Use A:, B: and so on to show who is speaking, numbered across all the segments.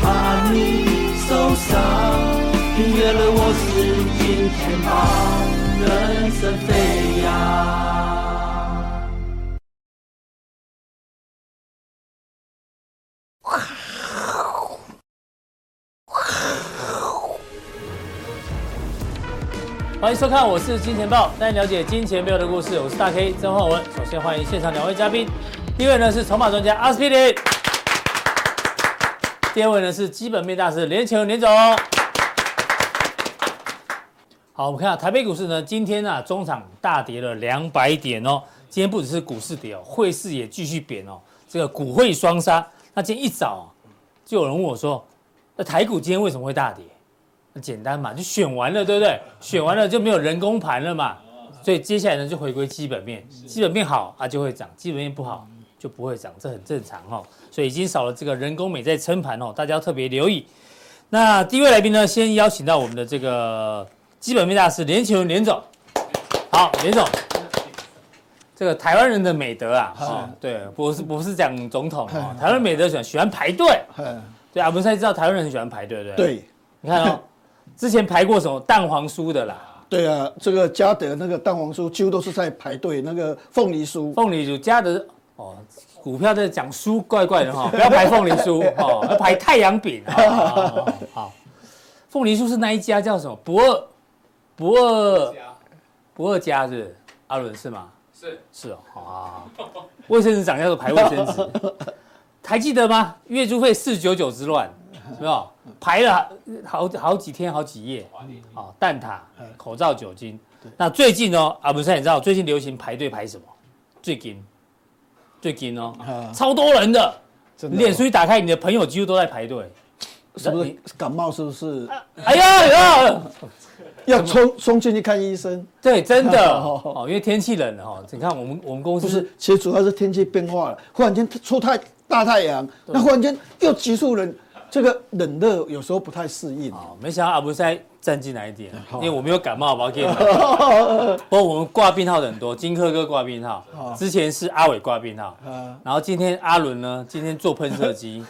A: 怕你受伤。原谅我是今天吧，人生飞扬。
B: 欢迎收看，我是金钱豹，带你了解金钱背后的故事。我是大 K 曾焕文。首先欢迎现场两位嘉宾，第一位呢是筹码专家阿司匹林，第二位呢是基本面大师连前连总。好，我们看到台北股市呢，今天啊中场大跌了两百点哦。今天不只是股市跌哦，汇市也继续贬哦，这个股汇双杀。那今天一早、啊、就有人问我说，那台股今天为什么会大跌？很简单嘛，就选完了，对不对？选完了就没有人工盘了嘛，所以接下来呢就回归基本面，基本面好啊就会涨，基本面不好就不会涨，这很正常哦。所以已经少了这个人工美在撑盘哦，大家要特别留意。那第一位来宾呢，先邀请到我们的这个基本面大师连前文连总，好，连总。这个台湾人的美德啊，哦，对，不是不是讲总统哦，台湾美德喜欢喜欢排队，
C: 嗯，
B: 对啊，我们现在知道台湾人很喜欢排队，对不对？对，
C: 对
B: 你看哦，之前排过什么蛋黄酥的啦，
C: 对啊，这个嘉德那个蛋黄酥几乎都是在排队，那个凤梨酥，
B: 凤梨乳加的哦，股票在讲书怪怪的哈、不要排凤梨酥哦，要排太阳饼啊、哦哦好，凤梨酥是那一家叫什么？不二，不二，不二家是不是阿伦是吗？
D: 是
B: 是哦，好好好好卫生纸涨价都排卫生纸， 还记得吗？月租费四九九之乱，有没有？排了好好几天，好几夜。啊，蛋挞、
C: 哎
B: 口罩、酒精。那最近哦，啊，不是，你知道最近流行排队排什么？最近，最近哦，
C: 啊，
B: 超多人的。
C: 真
B: 你
C: 的哦
B: 脸书一打开，你的朋友几乎都在排 队。
C: 是不是感冒？是不是
B: 哎呀哎呀，
C: 要冲冲进去看医生？
B: 对，真的
C: 哦
B: 哦，因为天气冷了哈。你看我们我们公
C: 不
B: 司
C: 是，其实主要是天气变化了，忽然间出太大太阳，那忽然间又急速冷，这个冷热有时候不太适应。
B: 哦，没想到阿布塞站进来一 点，因
C: 好
B: 为我没有感冒，我给你们。 不过我们挂病号的很多，金科哥挂病号，之前是阿伟挂病号，
C: 啊，
B: 然后今天阿伦呢，今天做喷射 机，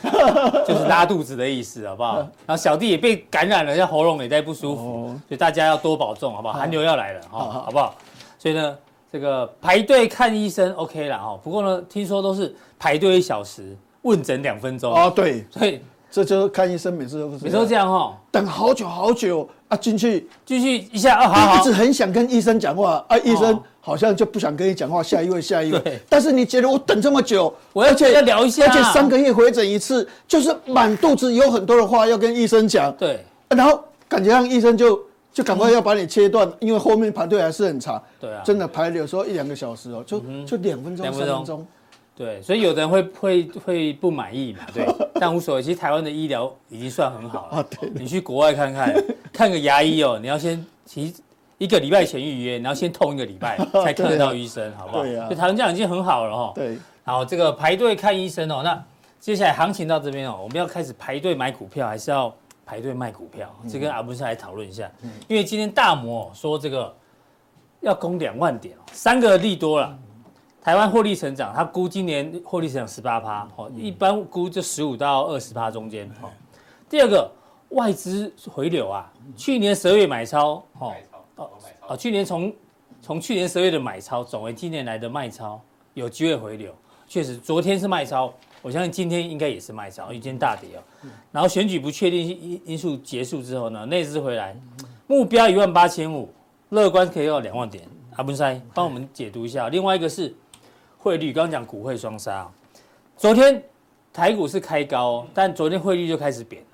B: 就是拉肚子的意思，好不好？然后小弟也被感染了，像喉咙也在不舒服，所以大家要多保重，哦好不好？寒流要来了，哈，好不好？所以呢，这个排队看医生 OK 了哈，不过呢，听说都是排队一小时，问诊两分钟，
C: 哦，对，
B: 所以
C: 这就是看医生，每次都是
B: 每次都这
C: 样，
B: 样哈。
C: 等好久好久啊，进去
B: 继续一下，哦，好好
C: 一直，很想跟医生讲话啊，医生
B: 哦
C: 好像就不想跟你讲话，下一位，下一
B: 对
C: 位。但是你觉得我等这么久，
B: 我要
C: 而且
B: 要聊一下啊
C: 而且三个月回诊一次，就是满肚子有很多的话要跟医生讲，
B: 对，
C: 然后感觉让医生就就赶快要把你切断，因为后面排队还是很长。
B: 嗯对啊嗯
C: 真的排了有时候一两个小时哦，就就两分钟、
B: 两
C: 三
B: 分钟
C: 分钟。
B: 对，所以有的人会会会不满意嘛， 对，但无所谓。其实台湾的医疗已经算很好了。
C: 啊
B: 你去国外看 看，看个牙医哦，你要先提一个礼拜前预约，你要先痛一个礼 拜才看得到医生，好不好？
C: 啊对啊
B: 所以台湾这样已经很好了哦。
C: 对，
B: 好，这个排队看医生哦，那接下来行情到这边哦，我们要开始排队买股票，还是要排队卖股票？这跟阿布斯来讨论一下，因为今天大摩哦说这个要攻两万点哦，三个利多了。台湾获利成长，他估今年获利成长十八趴，哦，一般估就十五到二十趴中间，哦。第二个外资回流啊，去年十二月买超，哦，哦哦，去年从从去年十月的买超转为今年来的卖超，有机会回流。确实，昨天是卖超，我相信今天应该也是卖超，因为今天大跌哦。然后选举不确定因因素结束之后呢，内资回来，目标一万八千五，乐观可以到两万点。阿文塞帮我们解读一下。另外一个是汇率，刚刚讲股汇双杀哦、昨天台股是开高哦、但昨天汇率就开始贬了。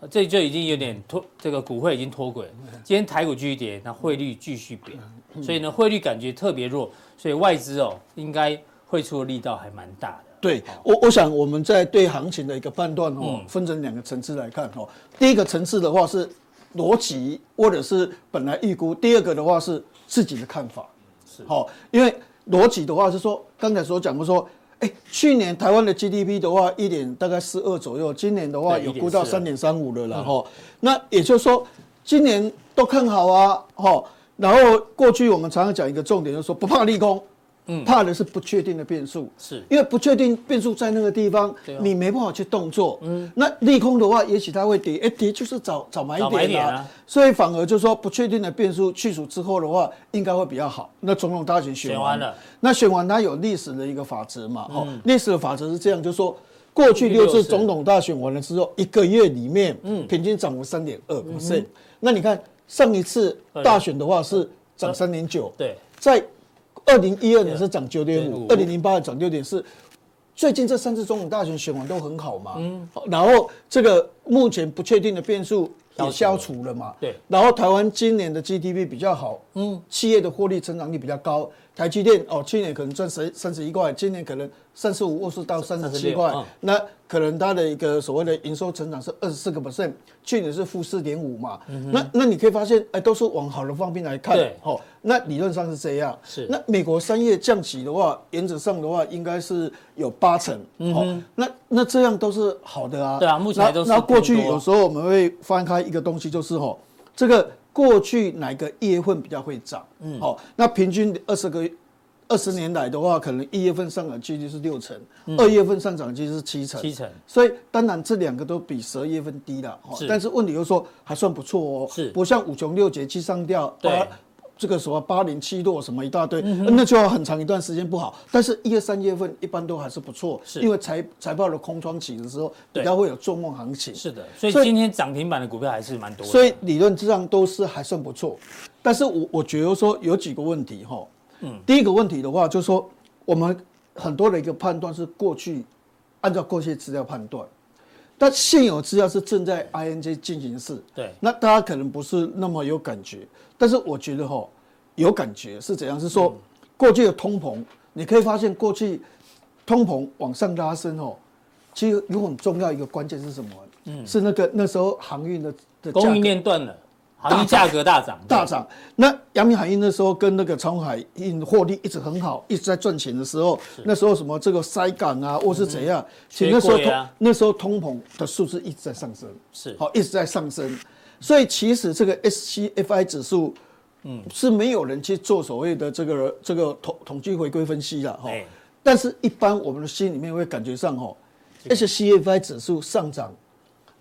B: 呃这就已经有点脱，这个股汇已经脱轨了。今天台股继续跌，那汇率继续贬，
C: 嗯
B: 所以呢，汇率感觉特别弱，所以外资哦应该汇出的力道还蛮大的。
C: 对我，我想我们在对行情的一个判断哦
B: 嗯，
C: 分成两个层次来看哦。第一个层次的话是逻辑或者是本来预估，第二个的话是自己的看法。是好，因为逻辑的话是说，刚才所讲过说，哎，去年台湾的 GDP 的话一点大概四二左右，今年的话
B: 对
C: 有估到
B: 1.42
C: 三点三五了啦哈。那也就是说，今年都看好啊，哈。然后过去我们常常讲一个重点，就是说不怕利空，嗯，怕的是不确定的变数，
B: 是
C: 因为不确定变数在那个地方
B: 对啊，
C: 你没办法去动作。嗯，那利空的话，也许它会跌，哎，跌就是早早买
B: 早买
C: 一点
B: 点
C: 啊
B: 啊。
C: 所以反而就说不确定的变数去除之后的话，应该会比较好。那总统大选选
B: 选
C: 完
B: 完了，
C: 那选完它有历史的一个法则嘛，哦，历史的法则是这样，就是说。过去六
B: 六
C: 次
B: 次
C: 总统大选完了之后，一个月里面，嗯，平均涨幅三点二 percent。那你看上一次大选的话是涨三点九，
B: 对，
C: 在二零一二年是涨九点五，二
B: 9.5
C: 零零八年涨六点四。最近这三次中统大选选完都很好嘛，嗯，然后这个目前不确定的变数也消除了嘛，
B: 对
C: 然后台湾今年的 GDP 比较好，嗯，企业的获利成长率比较高，台积电哦，去年可能赚十三十一块，今年可能三十五或是到三十七
B: 36
C: 块，
B: 嗯
C: 那可能它的一个所谓的营收成长是二十四个 percent，去年是负四点五嘛，那那你可以发现，哎，都是往好的方面来看，
B: 对
C: 哦，那理论上是这样。
B: 是
C: 那美国三月降息的话，原则上的话应该是有八成。哦，那那这样都是好的
B: 嗯
C: 啊。
B: 对啊目前
C: 那
B: 都是
C: 那过去
B: 偏多
C: 有时候我们会翻开一个东西，就是哦，这个过去哪个月份比较会涨？嗯，好、那平均二十个。二十年来的话，可能一月份上涨几率是六成，二、月份上涨几率是七成，
B: 嗯七成
C: 所以当然这两个都比十二月份低了，哦
B: 是
C: 但是问题又说还算不错哦，
B: 是
C: 不像五穷六绝七上吊，
B: 对
C: 八这个什么八零七落什么一大堆，
B: 嗯
C: 呃那就要很长一段时间不好。但是，一二三月份一般都还是不错，
B: 是
C: 因为财财报的空窗期的时候，
B: 对
C: 比较会有做梦行情。
B: 是的，所以
C: 所以
B: 今天涨停板的股票还是蛮多的。
C: 所以理论上都是还算不错。但是我我觉得说有几个问题哈，嗯，第一个问题的话，就是说我们很多的一个判断是过去按照过去资料判断，但现有资料是正在 ING 进行式，
B: 对
C: 那大家可能不是那么有感觉，但是我觉得哈，有感觉是怎样？是
B: 嗯
C: 说过去的通膨，你可以发现过去通膨往上拉升哦，其实有很重要一个关键是什么？嗯，是那个那时候航运的的价
B: 供
C: 格
B: 应链断了，行业价格大涨，
C: 大涨。那阳明海运那时候跟那个长荣海运获利一直很好，一直在赚钱的时候，那时候什么这个塞港啊，或是怎样，其实那时候
B: 嗯缺柜
C: 通、
B: 啊
C: 那时候通膨的数字一直在上升，
B: 是
C: 好一直在上升。所以其实这个 SCFI 指数，嗯，是没有人去做所谓的这个这个统统计回归分析的哈
B: 哎。
C: 但是，一般我们的心里面会感觉上哦，SCFI 指数上涨，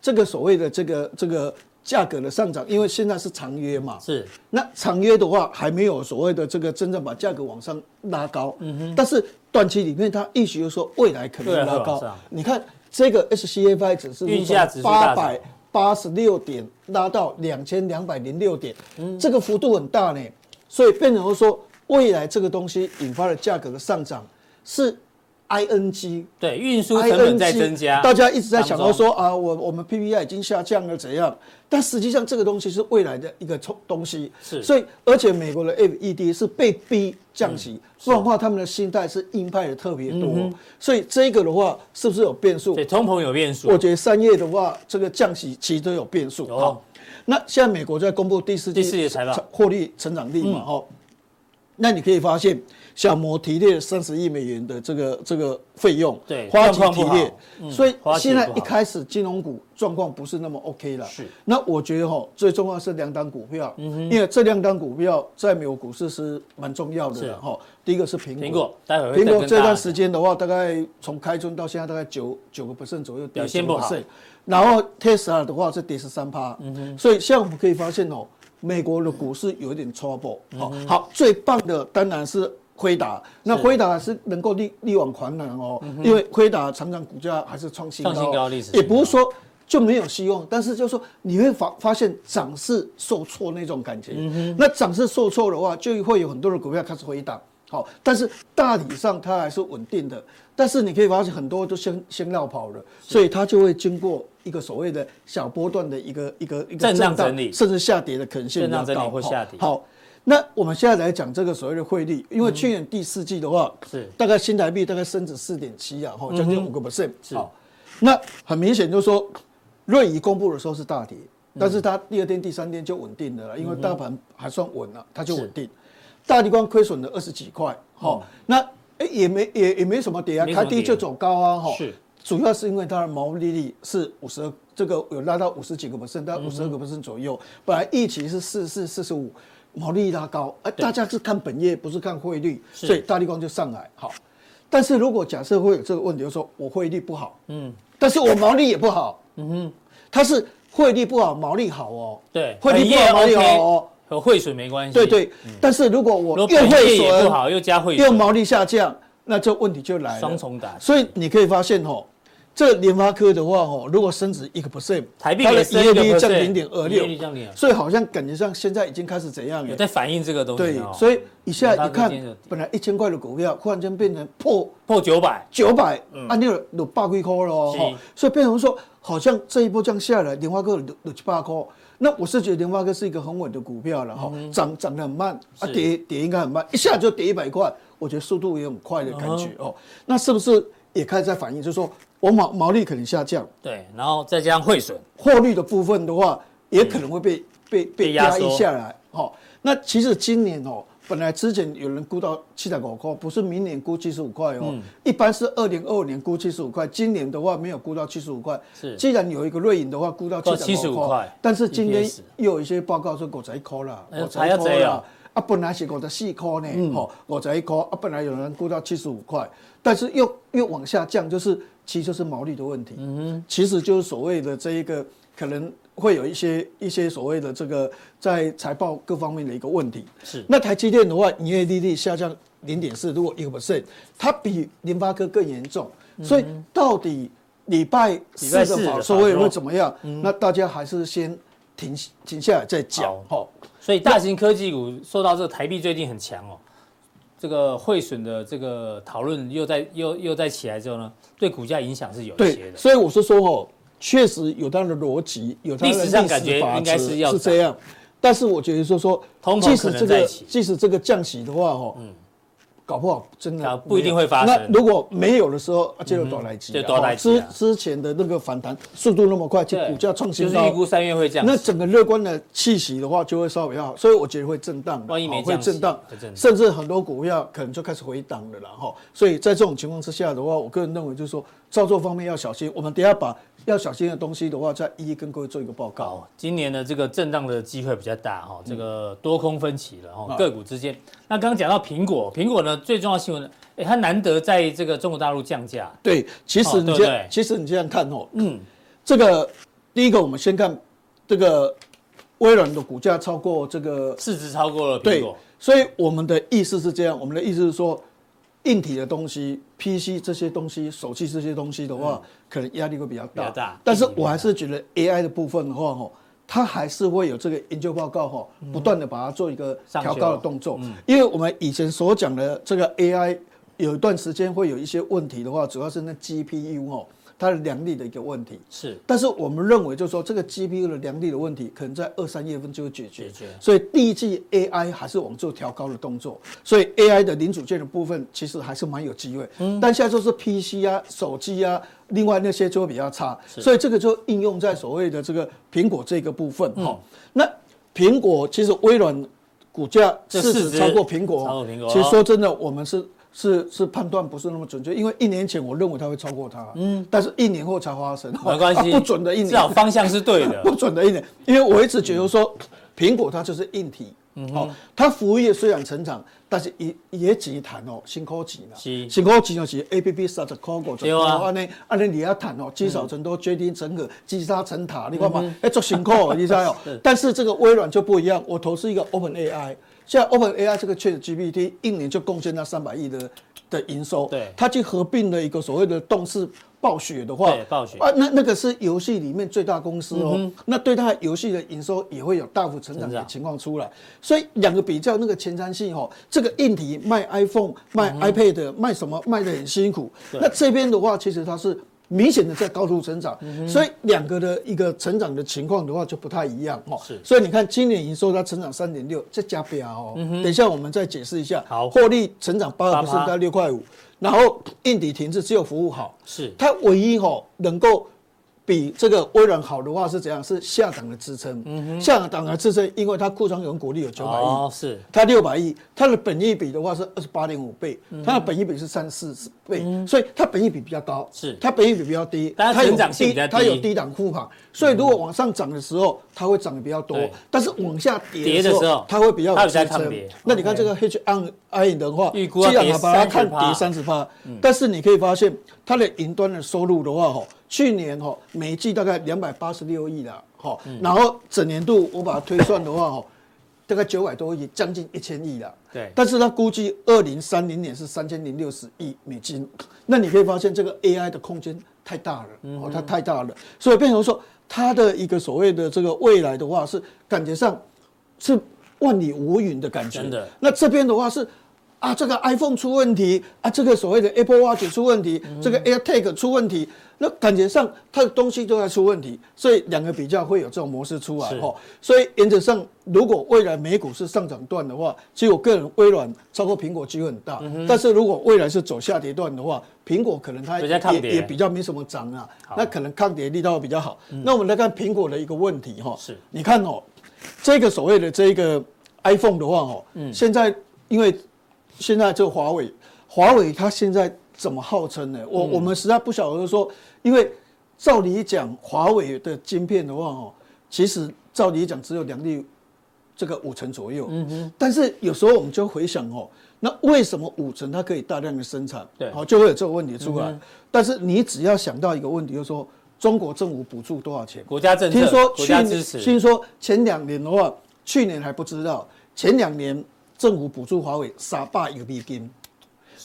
C: 这个所谓的这个这个价格的上涨，因为现在是长约嘛，
B: 是
C: 那长约的话，还没有所谓的这个真正把价格往上拉高。
B: 嗯
C: 但是短期里面，它预期又说未来可能拉
B: 未来会往
C: 高
B: 上。
C: 你看这个 SCFI 指数
B: 运啊价指数大
C: 八百
B: 涨
C: 八十六点拉到两千两百零六点，
B: 嗯
C: 这个幅度很大呢。所以变成说，未来这个东西引发了价格的上涨是 ING
B: 对运输成本在
C: ING
B: 增加，
C: 大家一直在想到
B: 当中
C: 说啊，我我们 PPI 已经下降了怎样？但实际上这个东西是未来的一个冲东西，
B: 是
C: 所以而且美国的 FED 是被逼降息，
B: 嗯
C: 不然的话他们的心态是鹰派的特别多，所以这个的话是不是有变数
B: 对？通膨有变数
C: 我，觉得三月的话，这个降息其实都有变数。
B: 有
C: 好，那现在美国在公布第四季
B: 第四季财报嗯
C: 获利成长率嘛，哈、那你可以发现，小摩提列三十亿美元的这个这个费用，
B: 对
C: 花旗
B: 状
C: 提
B: 况不
C: 列
B: 好，嗯
C: 所以
B: 花旗
C: 现在
B: 不
C: 一
B: 好
C: 开始金融股状况不是那么 OK 了。
B: 是，嗯
C: 那我觉得哈，最重要是两档股票，因为这两档股票在美国股市是蛮重要的
B: 是啊
C: 啦哈。第一个是苹
B: 苹果待会儿会
C: 苹
B: 再
C: 果
B: 跟
C: 这
B: 大家
C: 段
B: 讲
C: 时间的话，大概从开春到现在大概九九个 percent 左右跌
B: 表现不好嗯
C: 9%然后 Tesla 的话是跌十三趴，所以现在我们可以发现哦，美国的股市有一点 trouble。好，
B: 嗯
C: 好，最棒的当然是。辉达，那辉达是能够力力挽狂澜哦，因为辉达常常股价还是创新高，
B: 嗯创新高历史
C: 也不是说就没有希望，但是就是说你会发发现涨势受挫那种感觉。
B: 嗯
C: 那涨势受挫的话，就会有很多的股票开始回档。好，但是大体上它还是稳定的，但是你可以发现很多都先先绕跑了，所以它就会经过一个所谓的小波段的一个一个一个
B: 震荡整理
C: 甚至下跌的可能性比较高。
B: 震荡整理或
C: 好
B: 下跌嗯
C: 好，那我们现在来讲这个所谓的汇率，因为去年第四季的话，
B: 是
C: 大概新台币大概升值四点七啊，哈，
B: 嗯
C: 将近五个 percent。
B: 是
C: 好，那很明显就是说，瑞仪公布的时候是大跌，
B: 嗯
C: 但是它第二天、第三天就稳定的了啦，因为大盘还算稳了，它就稳定。大地光亏损了二十几块，哈，那诶也没也也没什么跌啊，
B: 没什
C: 开
B: 么
C: 低
B: 跌
C: 就走高啊，哈。
B: 是
C: 主要是因为它的毛利率是五十，这个有拉到五十几个 percent，到五十二个 percent 左右。本来预期是四四四十五，毛利拉高，哎，大家是看本业，不是看汇率，
B: 是
C: 所以大立光就上来。好，但是如果假设会有这个问题，就说我汇率不好，
B: 嗯，
C: 但是我毛利也不好，嗯哼，它是汇率不好，毛利好哦，
B: 对，
C: 汇率
B: 本
C: 不
B: 业
C: 好，毛利
B: OK，
C: 好哦，
B: 和汇损没关系。
C: 对，对。但是如果
B: 嗯如果
C: 我又
B: 本业
C: 汇
B: 也不
C: 损，
B: 好，又加汇
C: 又
B: 损，
C: 毛利下降，那这问题就来了，
B: 双重打击。
C: 所以你可以发现哦，这联发科的话哦，如果升值一个 percent，
B: 台币
C: 它的
B: 也升
C: 营业利
B: 1%
C: 降零点二
B: 营业
C: 六
B: 利，E 降0.26
C: 所以好像感觉上现在已经开始怎样
B: 有
C: 了？
B: 在反映这个东西
C: 对
B: 哦，
C: 所以一下一
B: 联
C: 看
B: 发科今天有，
C: 本来一千块的股票，忽然间变成破
B: 破九百，
C: 九百，啊，你有有八几块了
B: 嗯
C: 哦
B: 是
C: 吼，所以变成说，好像这一波这样下来，莲花哥有有七八块。那我是觉得莲花哥是一个很稳的股票了哈，涨涨得很慢，啊
B: 嗯是
C: 跌跌应该很慢，一下就跌一百块，我觉得速度也很快的感觉
B: 嗯
C: 哦。那是不是也开始在反映，就是说我毛毛利可能下降，
B: 对，然后再加上汇损，
C: 获利的部分的话，也可能会被、被被
B: 被压
C: 压抑
B: 缩
C: 下来。好、那其实今年哦，本来之前有人估到七点五块，不是明年估七十五块哦，一般是二零二五年估七十五块，今年的话没有估到七十五块。
B: 是
C: 既然有一个瑞银的话估到
B: 到
C: 七十五
B: 75
C: 块
B: 块，
C: 但是今天
B: EPS
C: 又有一些报告说五十一块啦，
B: 哎呦
C: 五十
B: 还
C: 一
B: 要
C: 块
B: 这样嗯
C: 啦。啊，本来是五十四块呢，吼、五十一块啊，本来有人估到七十五块，但是又又往下降，就是其实就是毛利的问题，嗯其实就是所谓的这一个可能会有一些一些所谓的这个在财报各方面的一个问题。
B: 是
C: 那台积电的话，营业利率下降零点四，如果一个 percent，它比联发科更严重，所以到底礼拜
B: 嗯
C: 四
B: 礼拜
C: 的
B: 四的
C: 法
B: 法
C: 说会
B: 说嗯
C: 会怎么样？那大家还是先停停下来再讲，吼。
B: 所以大型科技股受到这个台币最近很强哦，这个汇损的这个讨论又在又又在起来之后呢，对股价影响是有一些
C: 对，
B: 的。
C: 所以我是说哦，确实有它的逻辑，有它的
B: 历史上
C: 法
B: 感觉应该
C: 则
B: 是要
C: 是这样。但是我觉得说说
B: 通，膨
C: 即使
B: 可能
C: 这
B: 在
C: 个
B: 一起嗯
C: 即使这个降息的话哦，搞不好真的
B: 搞不一定会发生嗯
C: 那如果没有的时候，啊就有多来急啊，
B: 就多来急
C: 之
B: 啊
C: 之前的那个反弹速度那么快，就
B: 对
C: 股价创新
B: 就是预
C: 高。
B: 估三月会降息，
C: 那整个乐观的气息的话，就会稍微好，所以我觉得会震荡的，
B: 万一没
C: 哦会
B: 降息
C: 震荡
B: 会震，荡
C: 甚至很多股票可能就开始回档了啦，哈。所以在这种情况之下的话，我个人认为就是说，操作方面要小心。我们等一下把要小心的东西的话，再一一跟各位做一个报告。
B: 哦今年的这个震荡的机会比较大哈，这
C: 嗯
B: 个多空分歧了哈
C: 啊，
B: 个股之间。那刚刚讲到苹果，苹果呢最重要的新闻呢，哎，它难得在这个中国大陆降价，
C: 对，其实
B: 哦对
C: 你这
B: 不对
C: 样，其实你这样看哦，
B: 嗯，
C: 这个第一个我们先看这个微软的股价超过这个
B: 市值超过了苹
C: 对
B: 果，，
C: 所以我们的意思是这样，我们的意思是说，硬体的东西、PC 这些东西、手机这些东西的话，可能压力会比较大。
B: 嗯比较大
C: 但是我还是觉得 AI 的部分的话，吼，它还是会有这个研究报告，吼，不断的把它做一个
B: 嗯上
C: 调
B: 修啊嗯
C: 高的动作。因为我们以前所讲的这个 AI，有一段时间会有一些问题的话，主要是那 GPU 哦，它的良率的一个问题。
B: 是
C: 但是我们认为，就是说这个 GPU 的良率的问题，可能在二三月份就会解决。
B: 解决
C: 所以第一季 AI 还是往做调高的动作，所以 AI 的零组件的部分其实还是蛮有机会。
B: 嗯
C: 但现在就是 PC 啊、手机啊，另外那些就会比较差，所以这个就应用在所谓的这个苹果这个部分
B: 嗯
C: 哈、那苹果其实微软股价
B: 这
C: 市值
B: 市值
C: 超过苹果，
B: 超过苹果
C: 其实说真的，我们是是是判断不是那么准确，因为一年前我认为它会超过它，嗯，但是一年后才发生，
B: 没关系，
C: 啊 不准的一
B: 至少
C: 年，
B: 方向是对的
C: 不。准的一年，因为我一直觉得说，苹果它就是硬体。
B: 嗯
C: 哦，它服务业虽然成长，但是也也只谈哦，新科技啦，
B: 是
C: 新科哦技就是 A P P 三十块五十
B: 对啊
C: 哦
B: 嗯
C: 块，安尼安尼你要谈哦，积少成多，决定成河，积沙成塔，你看嘛，哎，做辛苦 哦，你知道哦。但是这个微软就不一样，我投资一个 Open A I，现在 Open A I 这个 Chat GPT 一年就贡献了三百亿的的营收，
B: 对
C: 它去合并了一个所谓的动视暴雪的话，
B: 对暴雪
C: 啊，那那个是游戏里面最大公司哦，那对它游戏的营收也会有大幅成长
B: 嗯成
C: 的
B: 长
C: 情况出来。所以两个比较，那个前瞻性哦，这个硬体卖 iPhone、卖
B: 嗯
C: iPad、卖什么卖的很辛苦，那这边的话其实它是。明显的在高速成长，
B: 嗯
C: 所以两个的一个成长的情况的话就不太一样哦。
B: 是
C: 所以你看今年营收它成长三点六，这加表哦。等一下我们再解释一下。
B: 嗯好
C: 获利成长八个 percent
B: 8%
C: 到六块五，然后硬体停滞只有服务好，
B: 是
C: 它唯一吼能够比这个微软好的话是怎样？是下档的支撑，下档的支撑，因为它库存永股利有九百亿，
B: 嗯哦，是
C: 它六百亿，它的本益比的话是二十八点五倍，
B: 嗯
C: 它的本益比是三四倍，所以它本益比比较高，
B: 是
C: 它本益比比较低，
B: 但它
C: 有
B: 成长性比较低
C: 它有低档护盘，所以如果往上涨的时候，它会涨得比较多
B: 对，
C: 但是往下跌
B: 嗯跌的
C: 的时
B: 时
C: 候
B: 候，
C: 它会比较
B: 它
C: 有
B: 有在
C: 支
B: 抗
C: 撑
B: 跌。嗯
C: 那你看这个 H on I 的话，
B: 预估要
C: 既然
B: 跌
C: 啊把它看跌
B: 30%
C: 三十趴，
B: 嗯
C: 但是你可以发现它的云端的收入的话，哈，去年哈每一季大概两百八十六亿啦，哈，
B: 嗯
C: 然后整年度我把它推算的话，哈。大概九百多亿，将近一千亿啦。
B: 对
C: 但是它估计二零三零年是三千零六十亿美金。那你可以发现这个 AI 的空间太大了，
B: 嗯
C: 哦，它太大了，所以变成说它的一个所谓的这个未来的话是感觉上是万里无云的感觉。
B: 真的
C: 那这边的话是。啊，这个 iPhone 出问题啊，这个所谓的 Apple Watch 出问题，
B: 嗯
C: 这个 AirTag 出问题，那感觉上它的东西都在出问题，所以两个比较会有这种模式出来
B: 是
C: 哦。所以原则上，如果未来美股是上涨段的话，其实我个人微软超过苹果机会很
B: 嗯
C: 大。但是如果未来是走下跌段的话，苹果可能它
B: 比较抗
C: 也
B: 跌
C: 也比较没什么涨啊，那可能抗跌力道比较好。那我们来看苹果的一个问题哈、
B: 是
C: 你看哦，这个所谓的这个 iPhone 的话哦，现在因为现在这个华为，华为它现在怎么号称呢？我、我们实在不晓得说，因为照理讲，华为的晶片的话哦，其实照理讲只有两粒这个五成左右。嗯哼。但是有时候我们就回想哦，那为什么五成它可以大量的生产？哦
B: 对
C: 好就会有这个问题出来。
B: 嗯
C: 但是你只要想到一个问题，就是说中国政府补助多少钱？
B: 国家政策，
C: 听说
B: 国
C: 去
B: 家
C: 年，
B: 支持，
C: 听说前两年的话，去年还不知道，前两年政府补助华为傻爸有币金。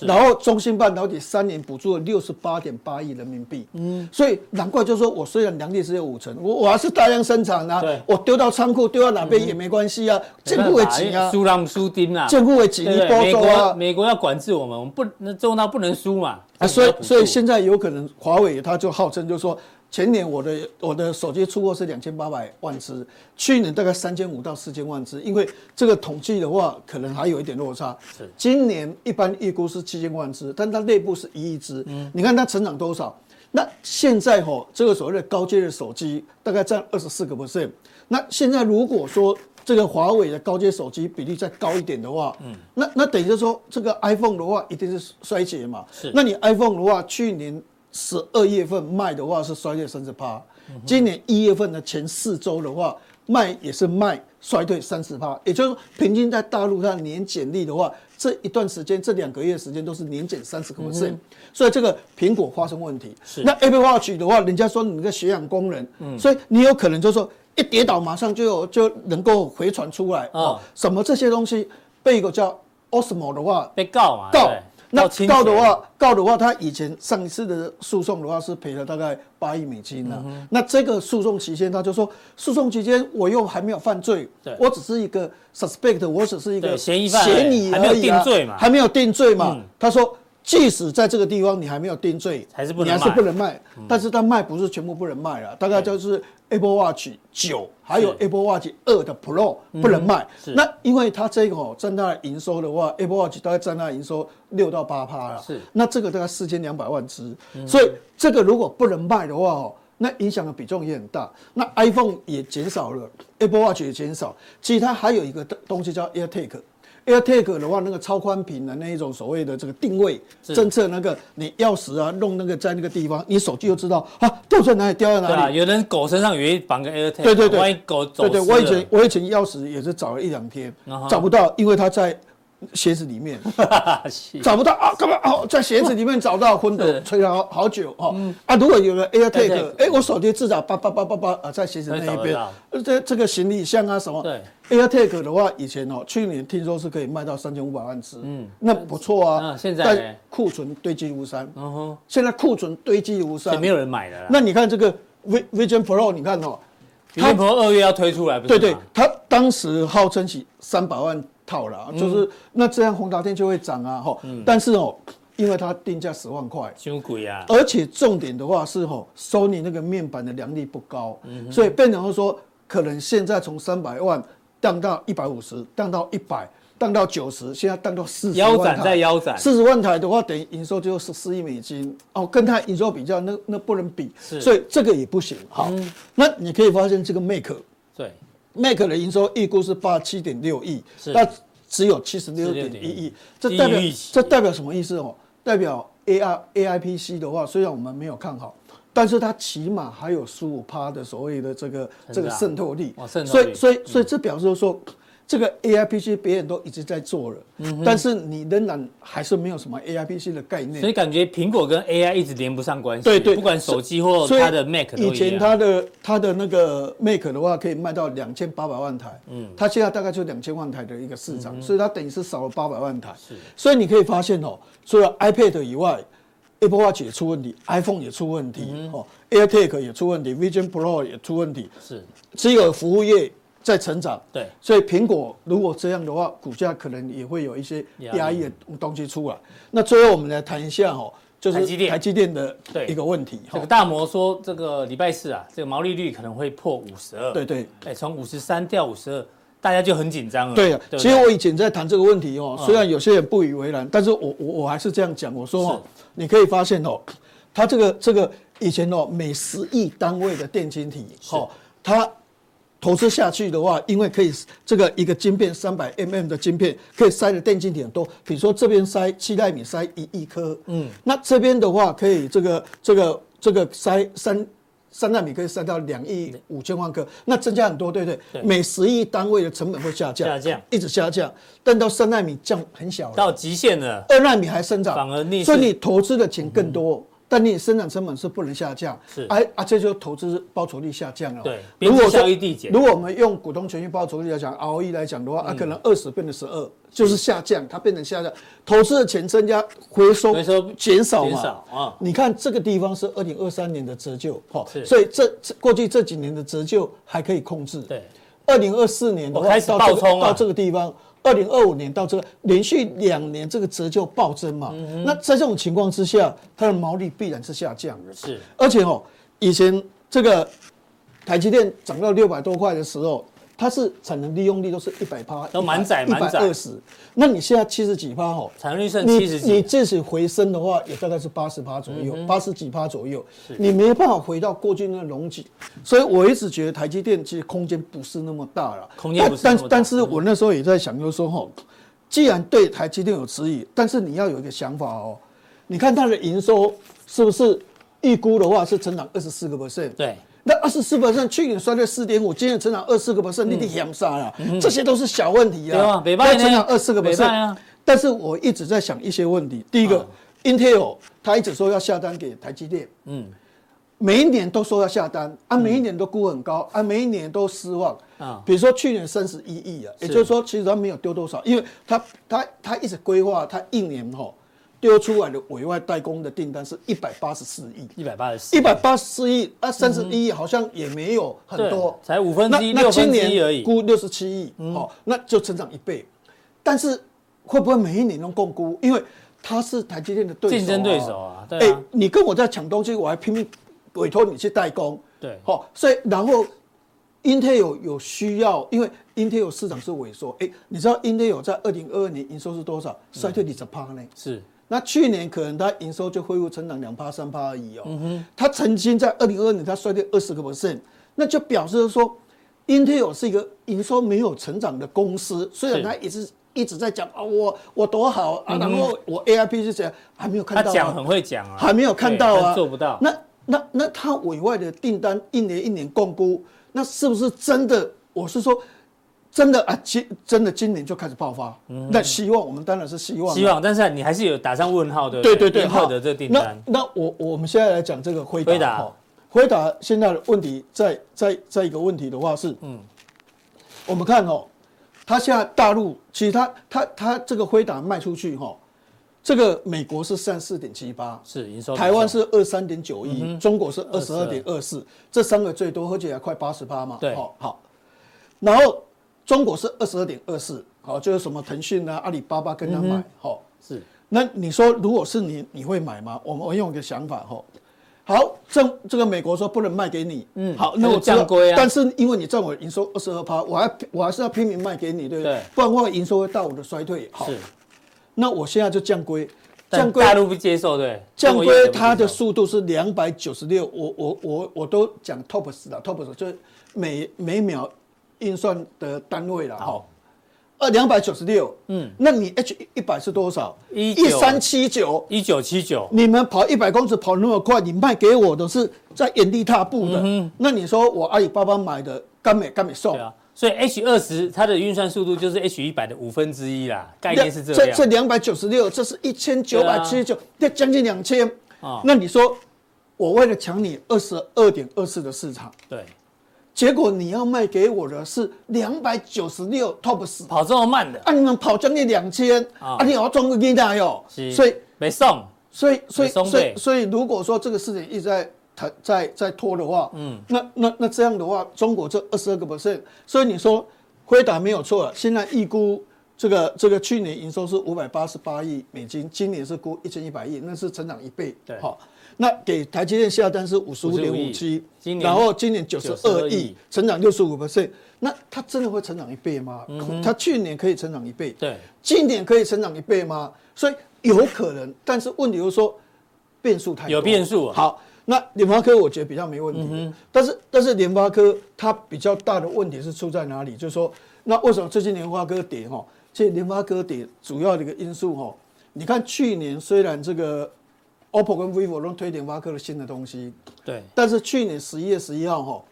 C: 然后中芯半导体三年补助了六十八点八亿人民币，嗯，所以难怪就是说我虽然良率只有五成，我我还是大量生产啊
B: 对，嗯
C: 我丢到仓库丢到哪边也没关系啊，政府会紧啊，
B: 输让输丁啊，
C: 政府会紧，
B: 对
C: 你
B: 不
C: 包
B: 对？美
C: 装啊
B: 国，美国要管制我们，我们不那中国不能输嘛
C: 啊，所以所以
B: 现
C: 现在有可能华为它就号称就说，前年我的我的手机出货是两千八百万只，去年大概三千五到四千万只，因为这个统计的话，可能还有一点落差。
B: 是
C: 今年一般预估是七千万只，但它内部是一亿只，
B: 嗯
C: 你看它成长多少？那现在吼、这个所谓的高阶的手机大概占二十四个 percent。那现在如果说这个华为的高阶手机比例再高一点的话，嗯，那那等于就是说这个 iPhone 的话一定是衰竭嘛。
B: 是
C: 那你 iPhone 的话，去年十二月份卖的话是衰退三十趴，
B: 嗯
C: 今年一月份的前四周的话，卖也是卖衰退三十趴，也就是说平均在大陆它的年减率的话，这一段时间这两个月时间都是年减三十个 percent，所以这个苹果发生问题。
B: 嗯是
C: 那 Apple Watch 的话，人家说你个血氧功能，所以你有可能就说一跌倒马上就有就能够回传出来哦
B: 哦，
C: 什么这些东西被一个叫 Osmo 的话
B: 被告嘛，
C: 告
B: 对，
C: 那
B: 侵
C: 告的
B: 权，
C: 话，告的话，他以前上一次的诉讼的话是赔了大概八亿美金了、啊
B: 嗯
C: 那这个诉讼期间，他就说，诉讼期间我又还没有犯罪
B: 对，
C: 我只是一个 suspect，我只是一个
B: 对嫌疑犯
C: 嫌疑
B: 还没有
C: 而已啊
B: 定罪嘛
C: 还没有定罪嘛。
B: 嗯
C: 他说，即使在这个地方你还没有定罪，
B: 还是不
C: 你
B: 能
C: 还是
B: 卖嗯
C: 不能卖。但是他卖不是全部不能卖了，大概就是 Apple Watch 九，还有
B: 是嗯
C: Apple Watch 二的 Pro 不能卖。
B: 是
C: 那因为它这个哦，占它的营收的话，Apple Watch 大概占它的营收六到八趴了。
B: 是嗯
C: 那这个大概四千两百万只，所以这个如果不能卖的话哦，那影响的比重也很大。那 iPhone 也减少了，Apple Watch 也减少，其实它还有一个东西叫 AirTag。AirTag 的话，那个超宽屏的那一种所谓的这个定位
B: 是
C: 侦测，那个你钥匙啊弄那个在那个地方，你手机就知道啊掉在哪里掉在
B: 对啊，
C: 哪里。
B: 有人狗身上有一绑个 AirTag，
C: 对对对
B: 万一狗走
C: 对
B: 失了，
C: 对，我以前我以前钥匙也是找了一两天
B: 啊哈
C: 找不到，因为它在鞋子 里面。
B: 是
C: 找不到啊，干嘛哦，在鞋子里面找到昏头，
B: 是
C: 吹了好好久
B: 嗯
C: 哦。啊，如果有了 AirTag，
B: AirTag
C: 哎，我手机至少叭叭叭叭叭啊，在鞋子那一
B: 可以
C: 边
B: 找得到，
C: 呃这这个行李箱啊什么。
B: 对
C: AirTag 的话，以前哦，去年听说是可以卖到三千五百万只，嗯，那不错啊。
B: 那现在呢嗯
C: 但库存堆积如山，现在库存堆积如
B: 也
C: 山
B: 没。有人买的啦。
C: 那你看这个 Vi- Vision Pro，你看哦，
B: 比利鹏二月要推出来，不是
C: 对
B: 吗
C: 对，他当时号称起三百万套了，
B: 嗯
C: 就是那这样宏达电就会涨啊，哈。但是哦，因为它定价十万块，
B: 太贵啊，
C: 而且重点的话是吼、s o n y 那个面板的良率不高，
B: 嗯
C: 所以变成说可能现在从三百万降到一百五十，降到一百，荡到九十，现在荡到四十
B: 腰
C: 万
B: 斩
C: 台，
B: 再腰斩
C: 四十万台的话，等于营收就十四亿美金哦，跟它营收比较，那那不能比，
B: 是嗯
C: 所以这个也不行。好，那你可以发现这个 Make
B: 对，
C: Make 的营收预估是八七点六亿，
B: 是
C: 那只有七十六点一亿，这代表
B: 低于预期
C: 这代表什么意思哦？代表 A I A I P C 的话，虽然我们没有看好，但是它起码还有十五趴的所谓的这个
B: 成长
C: 这个渗透力
B: 哇，渗透
C: 所
B: 力嗯
C: 以所以所以这表示说。这个 A I P C 别人都一直在做了，
B: 嗯
C: 但是你仍然还是没有什么 A I P C 的概念
B: 所以。感觉苹果跟 AI 一直连不上关系，
C: 对对
B: 不管手机或
C: 所以
B: 它的 Mac 都
C: 以
B: 一
C: 前
B: 样，
C: 它的它的那个 Make 的话，可以卖到两千八百万台，嗯，它现在大概就两千万台的一个市场，所以它等于是少了八百万台。
B: 嗯是
C: 所以你可以发现哦，除了 iPad 以外，Apple Watch 也出问题，iPhone 也出问题，
B: 嗯
C: 哦，AirTag 也出问题，Vision Pro 也出问题，
B: 是，
C: 只有服务业在成长。
B: 对，
C: 所以苹果如果这样的话，股价可能也会有一些
B: 压力
C: 压抑的东西出来。那最后我们来谈一下哦，就
B: 台
C: 是
B: 积电
C: 台积电的
B: 对
C: 一个问题哦
B: 这
C: 哈
B: 个。大摩说这个礼拜四啊，这个毛利率可能会破五十二，
C: 对，对
B: 哎，从五十三掉五十二，大家就很紧张了，
C: 对啊，
B: 不嗯
C: 其实我以前在谈这个问题哦，虽然有些人不以为然，但是我我我还是这样讲，我说哦，你可以发现哦，它这个这个以前哦，每十亿单位的电晶体哦，它投资下去的话，因为可以这个一个晶片三百 mm 的晶片可以塞的电晶体很多，比如说这边塞七纳米塞一亿颗，嗯，那这边的话可以这个这个这个塞三。三纳米可以塞到两亿五千万颗，那增加很多，对不
B: 对
C: 对？每十亿单位的成本会下降，
B: 下降
C: 一直下降，但到三纳米降很小了，
B: 到极限了，
C: 二纳米还生长，
B: 反而逆势嗯
C: 所以你投资的钱更多，但你生产成本是不能下降，
B: 是
C: 而而且就投资报酬率下降了。
B: 对
C: 如
B: 边
C: 果
B: 际
C: 说
B: 效益递减嗯
C: 如果我们用股东权益报酬率来讲，ROE 来讲的话，啊，可能二十变成十二，就是下降，它变成下降，投资的钱增加，回收
B: 回收
C: 减少嘛，
B: 减少啊
C: 你看这个地方是二零二三年的折旧，哈
B: 是，
C: 所以这这过去这几年的折旧还可以控制，
B: 对。
C: 二零二四年的
B: 我
C: 话，
B: 开始
C: 到这
B: 爆
C: 个
B: 冲啊
C: 到这个地方，二零二五年到这个连续两年这个折旧暴增嘛，
B: 嗯
C: 那在这种情况之下，它的毛利必然是下降的。
B: 是
C: 而且哦，以前这个台积电涨到六百多块的时候，它是产能利用率都是一百趴，
B: 都满载
C: 一百
B: 满载
C: 二十。那你现在七十几趴哦，
B: 产能率剩
C: 你
B: 70几嗯
C: 你即使回升的话，也大概是八十趴左右，八十、几趴左右，你没办法回到过去那个容积。
B: 嗯
C: 所以我一直觉得台积电其实空间不是那么大了，
B: 空间不是那
C: 但
B: 么大嗯
C: 但但是我那时候也在想，就是说哈，既然对台积电有质疑，但是你要有一个想法哦，你看它的营收是不是预估的话是成长二十四个 percent？
B: 对，
C: 那二十四 percent 去年衰退四点五，今年成长二四个 percent，你得嫌杀了，这些都是小问题
B: 嗯对啊
C: 啊。
B: 没办法呢
C: 成长二四个
B: 没
C: percent
B: 办法啊
C: 但是我一直在想一些问题。第一个、i n t e l 他一直说要下单给台积电，嗯，每一年都说要下单，啊，每一年都估很高，啊，每一年都失望。
B: 嗯啊
C: 啊，比如说去年三十一亿啊，也就是说其实他没有丢多少，因为他他他一直规划他一年吼丢出来的委外代工的订单是一百八十四亿，
B: 一百八十四，
C: 一百八十四亿啊，三十一亿好像也没有很多
B: 对，才五分之一
C: 那
B: 六
C: 那
B: 分
C: 今
B: 之一而已嗯
C: 年估六十七亿，哦，那就成长一倍。但是会不会每一年都共估？因为它是台积电的对手、
B: 竞争对手啊对啊
C: 哎你跟我在抢东西，我还拼命委托你去代工，
B: 对
C: 好、所以然后 Intel 有有需要，因为 Intel 市场是萎缩，哎、你知道 Intel 在二零二二年营收是多少？衰
B: 嗯
C: 退你十趴呢？
B: 是
C: 那去年可能它营收就恢复成长两趴三趴而已哦。
B: 嗯
C: 它曾经在二零二二年它衰退二十个 percent，那就表示说，Intel 是一个营收没有成长的公司，虽然
B: 是
C: 它一直一直在讲啊我我多好啊，然后我 AIP 是谁还没有
B: 他
C: 看到、
B: 讲
C: 啊，
B: 很会讲啊，
C: 还没有看到
B: 对
C: 啊，
B: 但做不到，
C: 那那那它委外的订单一年一年共估，那是不是真的？我是说。真的啊，今真的今年就开始爆发，
B: 嗯
C: 那希望我们当然是希望啊，
B: 希望，但是你还是有打上问号的，
C: 对对对，
B: 英特
C: 好
B: 尔的这个订单，
C: 那那我我们现在来讲这个回答。
B: 辉达
C: 哦辉达现在的问题在在在一个问题的话是，嗯，我们看哦，它现在大陆其实它它它这个辉达卖出去哈、哦，这个美国是三四点七八，
B: 是营收，
C: 台湾是二三点九
B: 嗯
C: 亿，中国是二十二点二四，这三个最多，而且还快八十趴嘛。
B: 对
C: 好、好。然后中国是二十二点二四，好，就是什么腾讯啊、阿里巴巴
B: 嗯
C: 跟他买，好、
B: 是
C: 那你说，如果是你，你会买吗？我们我用一个想法哈，好，政这个美国说不能卖给你，嗯，好，那
B: 它就
C: 我知道
B: 降规啊
C: 但是因为你占我营收二十二趴，我还我还是要拼命卖给你，对不对？
B: 对
C: 不然的话营收会大我的衰退。好，
B: 是，
C: 那我现在就降规，
B: 但
C: 降规
B: 大陆不接受，对，
C: 降
B: 中国也
C: 规
B: 不接受
C: 它的速度是两百九十六，我我我我都讲 TOPS 啦 t o p s 就是每每秒运算的单位啦，哈
B: 好，
C: 呃，两百九十六，嗯，那你 H 一百是多少？
B: 19
C: 一三七九。
B: 一九七九，
C: 你们跑一百公尺跑那么快，你卖给我的是在原地踏步的，那你说我阿里巴巴买的干美干美
B: 嗯
C: 送
B: 对，啊，所以 H 二十它的运算速度就是 H 一百的五分之一啦，概念是这
C: 这
B: 样
C: 这，两百九十六，这是一千九百七十九，这将近两千、
B: 啊
C: 那你说，我为了抢你二十二点二四的市场，
B: 对，
C: 结果你要卖给我的是两百九十六 top 十，
B: 跑这么慢的，
C: 啊，你们跑将近两千、
B: 啊
C: 啊，你要装个给大哟，
B: 是
C: 所以
B: 没送，
C: 所以所以
B: 没松
C: 所以
B: 对
C: 所以，如果说这个事情一直在谈在在拖的话，嗯，那那那这样的话，中国这二十二个 percent，所以你说辉达没有错了，现在预估这个这个去年营收是五百八十八亿美金，今年是估一千一百亿，那是成长一倍，
B: 对
C: 好。那给台积电下单是五十五点五七
B: 今，年
C: 然后今年九十二
B: 92
C: 亿
B: 亿，
C: 成长六十五 percent，那它真的会成长一倍吗？它去年可以成长一倍，
B: 对，
C: 今年可以成长一倍吗？所以有可能，但是问题就是说变数太多
B: 有变数啊嗯
C: 好，那联发科我觉得比较没问题，但是但是联发科它比较大的问题是出在哪里？就是说，那为什么最近联发科跌哈？其实联发科跌主要的一个因素哈，你看去年虽然这个 OPPO 跟 vivo 都推联发科的新的东西，
B: 对，
C: 但是去年十一月十一号哈，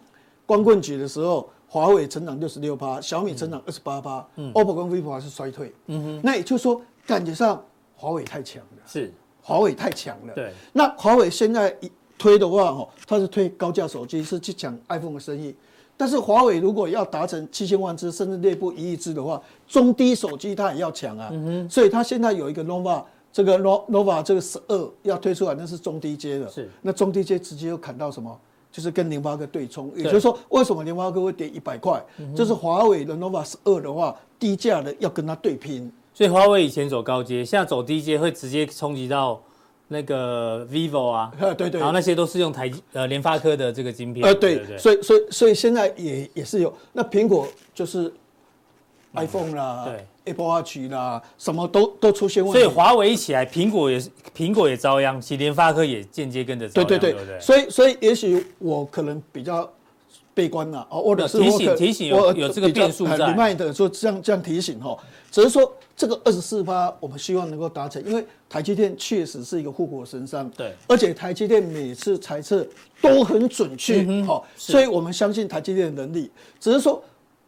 C: 光棍节的时候，华为成长六十六趴，小米成长二十八趴，OPPO 跟 vivo 还是衰退。嗯哼，那也就是说，感觉上华为太强了，
B: 是，
C: 华为太强了。
B: 对，
C: 那华为现在一推的话哈，它是推高价手机，是去抢 iPhone 的生意。但是华为如果要达成七千万只，甚至内部一亿只的话，中低手机它也要抢
B: 嗯
C: 啊。所以它现在有一个 nova，这个 no- nova 这个十二要推出来，那是中低阶的。
B: 是
C: 那中低阶直接又砍到什么？就是跟联发科对冲，也
B: 对嗯
C: 就是说，为什么联发科会跌一百块？就是华为的 nova 十二的话，低价的要跟它对拼。
B: 所以华为以前走高阶，现在走低阶会直接冲击到那个 vivo 啊，
C: 呃，对对
B: 然后那些都是用台积呃联发科的这个晶片，
C: 呃，对，
B: 不
C: 所以所以所以现在也也是有，那苹果就是 iPhone 啦、
B: 嗯对
C: Apple Watch 啦，什么都都出现问
B: 所
C: 题。
B: 以华为一起来，苹果也是苹果也遭殃，其实联发科也间接跟着遭
C: 对
B: 殃，
C: 对
B: 对
C: 对，
B: 不对？
C: 所以所以也许我可能比较悲观了哦，或者是
B: 提
C: 我可
B: 醒提醒有
C: 我
B: 有这个
C: 比较
B: 变数
C: 呃
B: 在
C: remind 说这样这样提醒哈，只是说这个二十四趴，我们希望能够达成，因为台积电确实是一个护国神山，
B: 对
C: 而且台积电每次猜测都很准确，
B: 嗯
C: 好、所以我们相信台积电的能力，只是说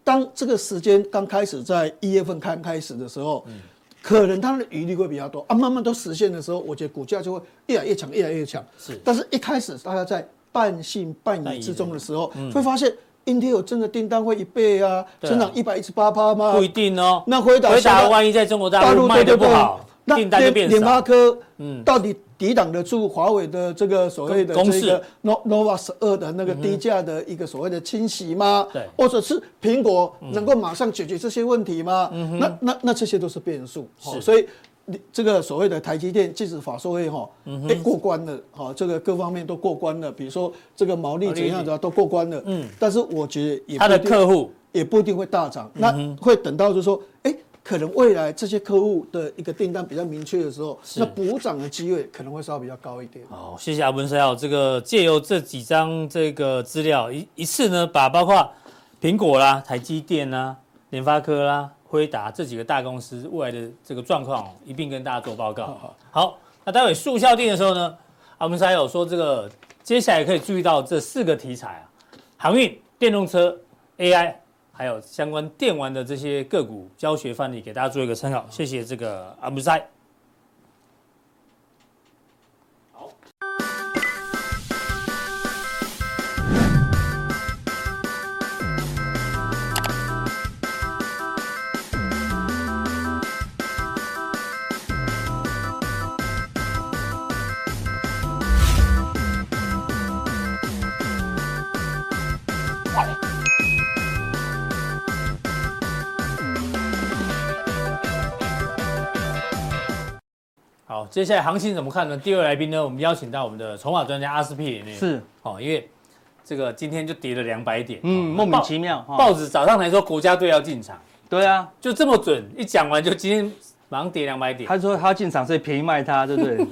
C: 当这个时间刚开始在一月份刚开始的时候。
B: 嗯
C: 可能它的余力会比较多啊，慢慢都实现的时候，我觉得股价就会越来越强，越来越强。
B: 是
C: 但是一开始大家在半信半疑之中的时候，会发现 Intel 真的订单会一倍啊，
B: 嗯对啊
C: 成长一百一十八趴吗？
B: 不一定哦。
C: 呃那辉达
B: 辉
C: 现在
B: 达万一在中国大陆卖的不好，
C: 那
B: 订单就变
C: 联
B: 少。
C: 发
B: 嗯
C: 科，到底抵挡得住华为的这个所谓的
B: 攻
C: 这
B: 攻
C: 个
B: 势
C: No- Nova 十二的那个低价的一个所谓的侵袭吗？
B: 嗯对
C: 或者是苹果能够马上解决这些问题吗？那那那这些都是变数，好，
B: 嗯是
C: 所以。你这个所谓的台积电，即使法说会哈，
B: 嗯
C: 哎过关了，哈，这个各方面都过关了，比如说这个毛利怎样的都过关了，嗯，但是我觉得也
B: 他的
C: 不一定
B: 客户
C: 也不一定会大涨，那会等到就是说，哎、可能未来这些客户的一个订单比较明确的时候，那补涨的机会可能会稍微比较高一点。
B: 好，谢谢阿文山哦。这个借由这几张这个资料，一一次呢，把包括苹果啦、台积电啦、联发科啦、辉达这几个大公司未来的这个状况、哦、一并跟大家做报告。
C: 好
B: 好，那待会速效定的时候呢，阿文山有说这个接下来可以注意到这四个题材啊，航运、电动车、AI，还有相关电玩的这些个股教学范例，给大家做一个参考。谢谢这个阿文山。好，接下来行情怎么看呢？第二来宾呢，我们邀请到我们的筹码专家阿司匹林。
D: 是，
B: 哦，因为这个今天就跌了两百点，
D: 嗯，
B: 哦
D: 莫名
B: 报
D: 其妙哈。
B: 报纸早上来说国家队要进场，
D: 对啊，
B: 就这么准，一讲完就今天马上跌两百点。
D: 他说他进场，所以便宜卖他，对 不对？
B: 我在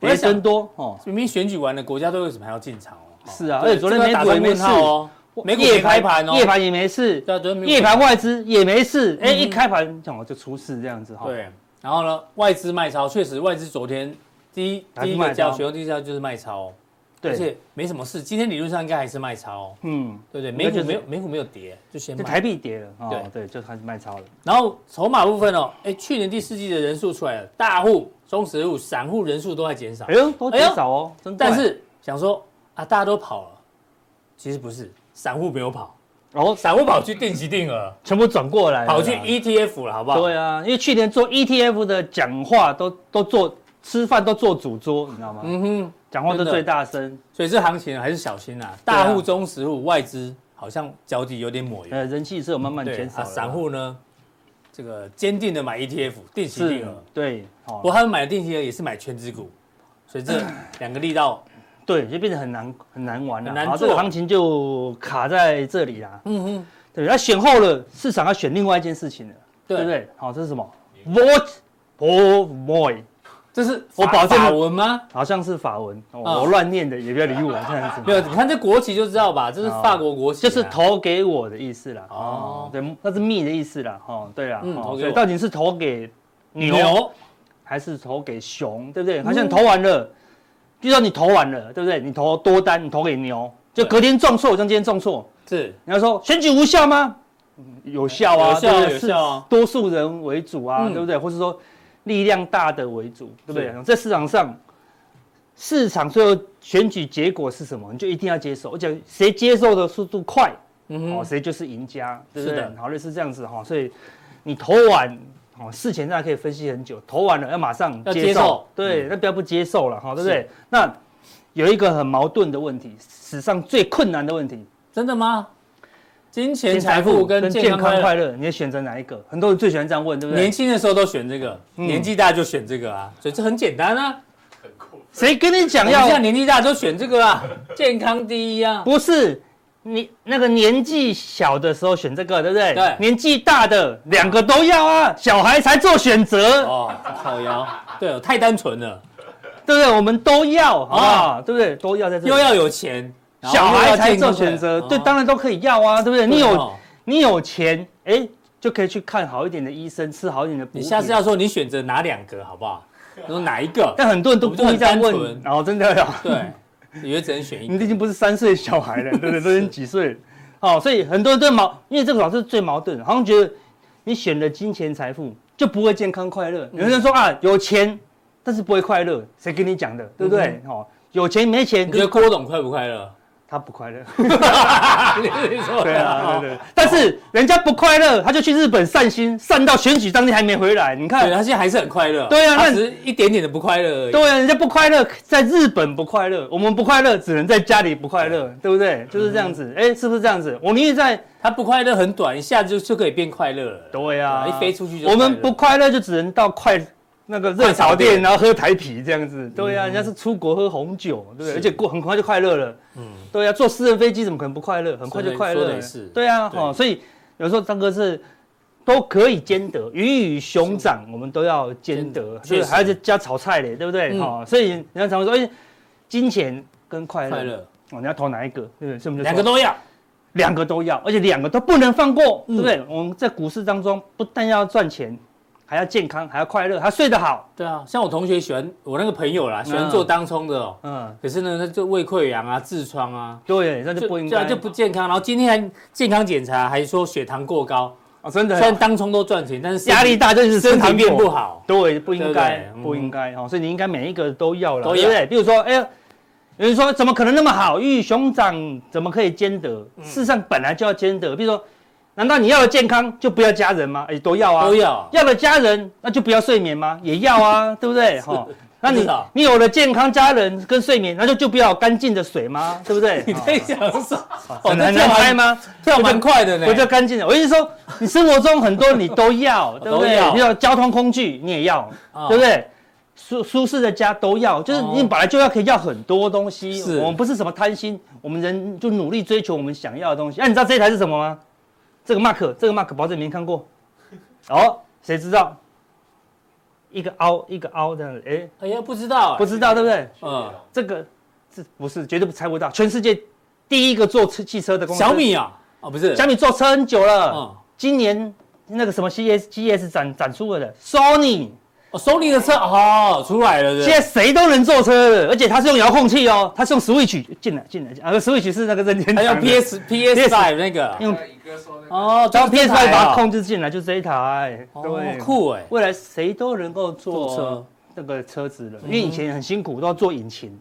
D: 别
B: 想
D: 增多哦。
B: 明明选举完了，国家队为什么还要进场哦？哦
D: 是啊
B: 对
D: 而且昨天
B: 这个
D: 美股
B: 打上
D: 也没
B: 问号哦，美股没开盘哦，
D: 夜盘也没事，
B: 对啊，昨天美股
D: 夜盘外资也没事，哎，
B: 嗯
D: 一开盘讲我就出事这样子哈。，
B: 对，然后呢，外资卖超，确实外资昨天第一
D: 还是
B: 第一
D: 卖
B: 个
D: 超
B: 交学用第一交就是卖超哦，而
D: 对，
B: 且没什么事，今天理论上应该还是卖超哦，
D: 嗯，
B: 对不对？
D: 应
B: 美
D: 该就
B: 股
D: 是
B: 没有美股没有跌，就先
D: 就
B: 买
D: 台。币跌了，哦
B: 对，
D: 对，就开始卖超了。
B: 然后筹码部分哦，哎，去年第四季的人数出来了，大户、中实户、散户人数都在减少
D: 哎，呦，都
B: 哎
D: 跌
B: 呦
D: 少哦，真怪
B: 但是想说啊，大家都跑了，其实不是，散户没有跑，
D: 哦，
B: 散户跑去定期定额，
D: 全部转过来了啦，
B: 跑去 ETF 了，好不好？
D: 哎对啊，因为去年做 ETF 的讲话都都做吃饭都做主桌，你知道吗？
B: 嗯哼，
D: 讲话都
B: 真的
D: 最大声，
B: 所以这行情还是小心啦、
D: 对啊
B: 大户、中实户、外资好像脚底有点抹油，
D: 呃，人气是有慢慢
B: 对
D: 减
B: 啊，
D: 少了啦。
B: 散户呢，这个坚定的买 ETF 定期定
D: 是
B: 额，，
D: 对，
B: 不
D: 哦，
B: 过他们买的定期定额也是买全指股，所以这两个力道，
D: 对，就变得很难很难玩了。
B: 很难
D: 好
B: 做
D: 这个行情就卡在这里啦。
B: 嗯哼，
D: 对，那选后了，市场要选另外一件事情了，
B: 对
D: 对不对？好，这是什么？Vote for Moi，
B: 这是
D: 我
B: 法
D: 保证
B: 法文吗？
D: 好像是法文，哦
B: 啊
D: 我乱念的，也不要理我这样子。
B: 没有，你看这国旗就知道吧，这是
D: 哦
B: 法国国旗、啊
D: 就是。投给我的意思啦。
B: 哦
D: 哦，对，那是密的意思啦。哦，对啦，
B: 嗯
D: 哦
B: 投给
D: 所以
B: 我
D: 到底是投给牛
B: 牛，
D: 还是投给熊，对不对？好像你投完
B: 嗯
D: 了，就算你投完了，对不对？你投多单，你投给牛，就
B: 对
D: 隔天重挫，像今天重挫，
B: 是
D: 你要说选举无效吗？嗯有效啊，
B: 有效
D: 对不对
B: 有
D: 是
B: 效啊
D: 多数人为主啊，
B: 嗯
D: 对不对？或是说力量大的为主，对不对？在市场上，市场最后选举结果是什么，你就一定要接受，而且谁接受的速度快，
B: 嗯
D: 哦，
B: 哼，
D: 谁就是赢家，对不
B: 是
D: 对
B: 的？
D: 好，类似这样子哈、哦所以你投完哦，事前大家可以分析很久，投完了要马上
B: 要
D: 接
B: 接受嗯
D: 对，那不要不接受了哈、哦对不对
B: 是？
D: 那有一个很矛盾的问题，史上最困难的问题，
B: 真的吗？金钱、财富跟健康快乐，
D: 乐，你选择哪一个？很多人最喜欢这样问，对不
B: 年
D: 对？
B: 轻的时候都选这个，
D: 嗯
B: 年纪大就选这个啊，所以这很简单啊。
D: 谁跟你讲
B: 我们现在
D: 要？
B: 年纪大就选这个啊，健康第一啊。
D: 不是你那个年纪小的时候选这个，对不对？
B: 对
D: 年纪大的两个都要啊，小孩才做选择。
B: 哦，靠腰，对哦，太单纯了，
D: 对不对？我们都要啊，对不对？都要在这里
B: 哦又要有钱，然后
D: 小
B: 又要
D: 孩才
B: 健康
D: 做选择，
B: 哦
D: 对，当然都可以要啊，对不
B: 对
D: 对？你有
B: 哦
D: 你有钱，哎，就可以去看好一点的医生，吃好一点的补
B: 你
D: 品。
B: 下次要说你选择哪两个好不好？你说哪一个？
D: 但很多人都故意这样
B: 我们
D: 问
B: 就很单，
D: 然后真的哦呀，
B: 对，你就只能选一
D: 你
B: 个。
D: 已经不是三岁小孩 了，对不对？都已经几岁了，哦，所以很多人对矛，因为这个老师最矛盾，好像觉得你选了金钱财富就不会健康快乐。有些人说
B: 嗯
D: 啊，有钱但是不会快乐，谁跟你讲的，对不对？哦，有钱没钱
B: 嗯你觉得
D: 跟
B: 郭董快不快乐？
D: 他 不快乐。
B: 你说
D: 对
B: 的
D: 啊，
B: 哦
D: 对对。但是人家不快乐，他就去日本散心，散到选举当天还没回来。你
B: 对，啊
D: 看，
B: 他现在还是很快乐。
D: 对啊
B: 他
D: 那
B: 只是一点点的不快乐而已。
D: 对啊，人家不快乐，在日本不快乐，我们不快乐，只能在家里不快乐，对不对？就是这样
B: 嗯
D: 子。哎，是不是这样子？我宁愿在
B: 他不快乐很短，一下就就可以变快乐了。
D: 对啊，
B: 对啊一飞出去就
D: 我
B: 快乐
D: 们不快乐就只能到快那个热炒店，然后喝台啤这样子。对啊，人家是出国喝红酒，对不对？而且过很快就快乐了。嗯，对啊，坐私人飞机怎么可能不快乐？很快就快
B: 说
D: 乐
B: 得
D: 了
B: 也是。
D: 对啊，
B: 对
D: 哦，所以有时候张哥是。都可以兼得，鱼与熊掌我们都要兼得，
B: 兼
D: 所以
B: 得
D: 还要加炒菜嘞，对不对？
B: 嗯
D: 哦，所以人家常说，哎，金钱跟快乐，
B: 快乐，
D: 哦，你要投哪一个？对不对？所以我们就
B: 两
D: 说
B: 个都要。
D: 两个都要，而且两个都不能放过，
B: 嗯
D: 对不对？我们在股市当中不但要赚钱，还要健康，还要快乐，还要睡得好。
B: 对啊，像我同学喜欢我那个朋友啦，喜欢做当冲的哦。
D: 嗯，
B: 可是呢，他就胃溃疡啊、痔疮啊，
D: 对，那就不应
B: 对啊
D: 该，
B: 就不健康。然后今天还健康检查，还说血糖过高。
D: 哦，真的
B: 虽然当冲都赚钱，但是身体
D: 压力大就是
B: 身体
D: 糖
B: 变
D: 果
B: 不，好。
D: 对，不应该
B: 对不对，嗯
D: 不应该哦，所以你应该每一个都要了，
B: 都要
D: 对不对？比如说，哎，有人说哎怎么可能那么好？鱼与熊掌怎么可以兼得？
B: 嗯
D: 事实上本来就要兼得，比如说，难道你要了健康就不要家人吗？哎，都要啊，
B: 都要
D: 要了家人，那就不要睡眠吗？也要啊， 对不对？哈、那
B: 不知
D: 你
B: 道
D: 你有了健康家人跟睡眠，那就就不要有干净的水吗？对不对？
B: 你在想哦什么？
D: 很很难猜？吗？
B: 跳蛮快的呢。
D: 不叫干净的。我意思说，你生活中很多你都要，对不对
B: 都要？
D: 你有交通工具你也要，
B: 啊
D: 对不对？舒舒适的家都要，就是
B: 哦
D: 你本来就要可以要很多东西。
B: 是
D: 我们不是什么贪心，我们人就努力追求我们想要的东西。那、哎你知道这一台是什么吗？这个 Mark，这个 Mark 保证你没看过。哦，谁知道？一个凹一个凹这样子，哎、
B: 哎呀，不知道哎，
D: 不知道对不对？
B: 嗯，
D: 这个这不是绝对猜不到，全世界第一个做车汽车的公司，
B: 小米啊，哦不是，
D: 小
B: 米，
D: 米做车很久了，
B: 嗯，
D: 今年那个什么 CES CES 展展出了的 Sony，
B: 哦，Sony 的车哦出来了，对不对
D: 现在谁都能做车了，而且它是用遥控器哦，它是用 Switch 进来进来，啊，Switch 是那个任天堂
B: 还
D: 的
B: 有 PS PS 那个
D: 用
E: 一个说那个
B: 哦，
D: 然后 PS
B: 还
D: i 把它控制进来，就这一台，对，
B: 酷哎，
D: 未来谁都能够
B: 做车
D: 做那个车子
B: 嗯
D: 了，因为以前很辛苦都要做引擎，